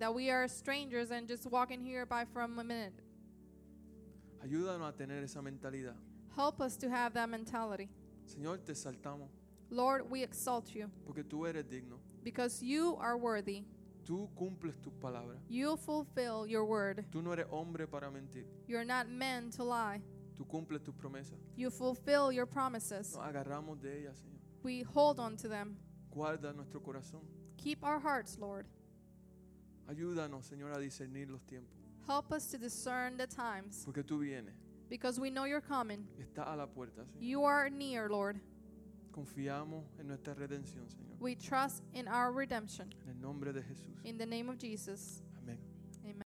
S2: that we are strangers and just walking here by from a minute.
S1: Ayúdanos a tener esa mentalidad.
S2: Help us to have that mentality.
S1: Señor, te exaltamos
S2: Lord, we exalt you
S1: porque tú eres digno.
S2: because you are worthy.
S1: Tú cumples tus palabras.
S2: You fulfill your word.
S1: Tú no eres hombre para mentir.
S2: You're not men to lie.
S1: Tú cumples tus promesas.
S2: You fulfill your promises.
S1: Nos agarramos de ellas, Señor.
S2: We hold on to them.
S1: Guarda nuestro corazón.
S2: Keep our hearts, Lord.
S1: Ayúdanos, Señor, a discernir los tiempos.
S2: Help us to discern the times
S1: Porque tú vienes.
S2: because we know you're coming.
S1: Estás a la puerta, Señor.
S2: You are near, Lord.
S1: Confiamos en nuestra redención, Señor.
S2: We trust in our redemption.
S1: En el nombre de Jesús.
S2: In the name of Jesus.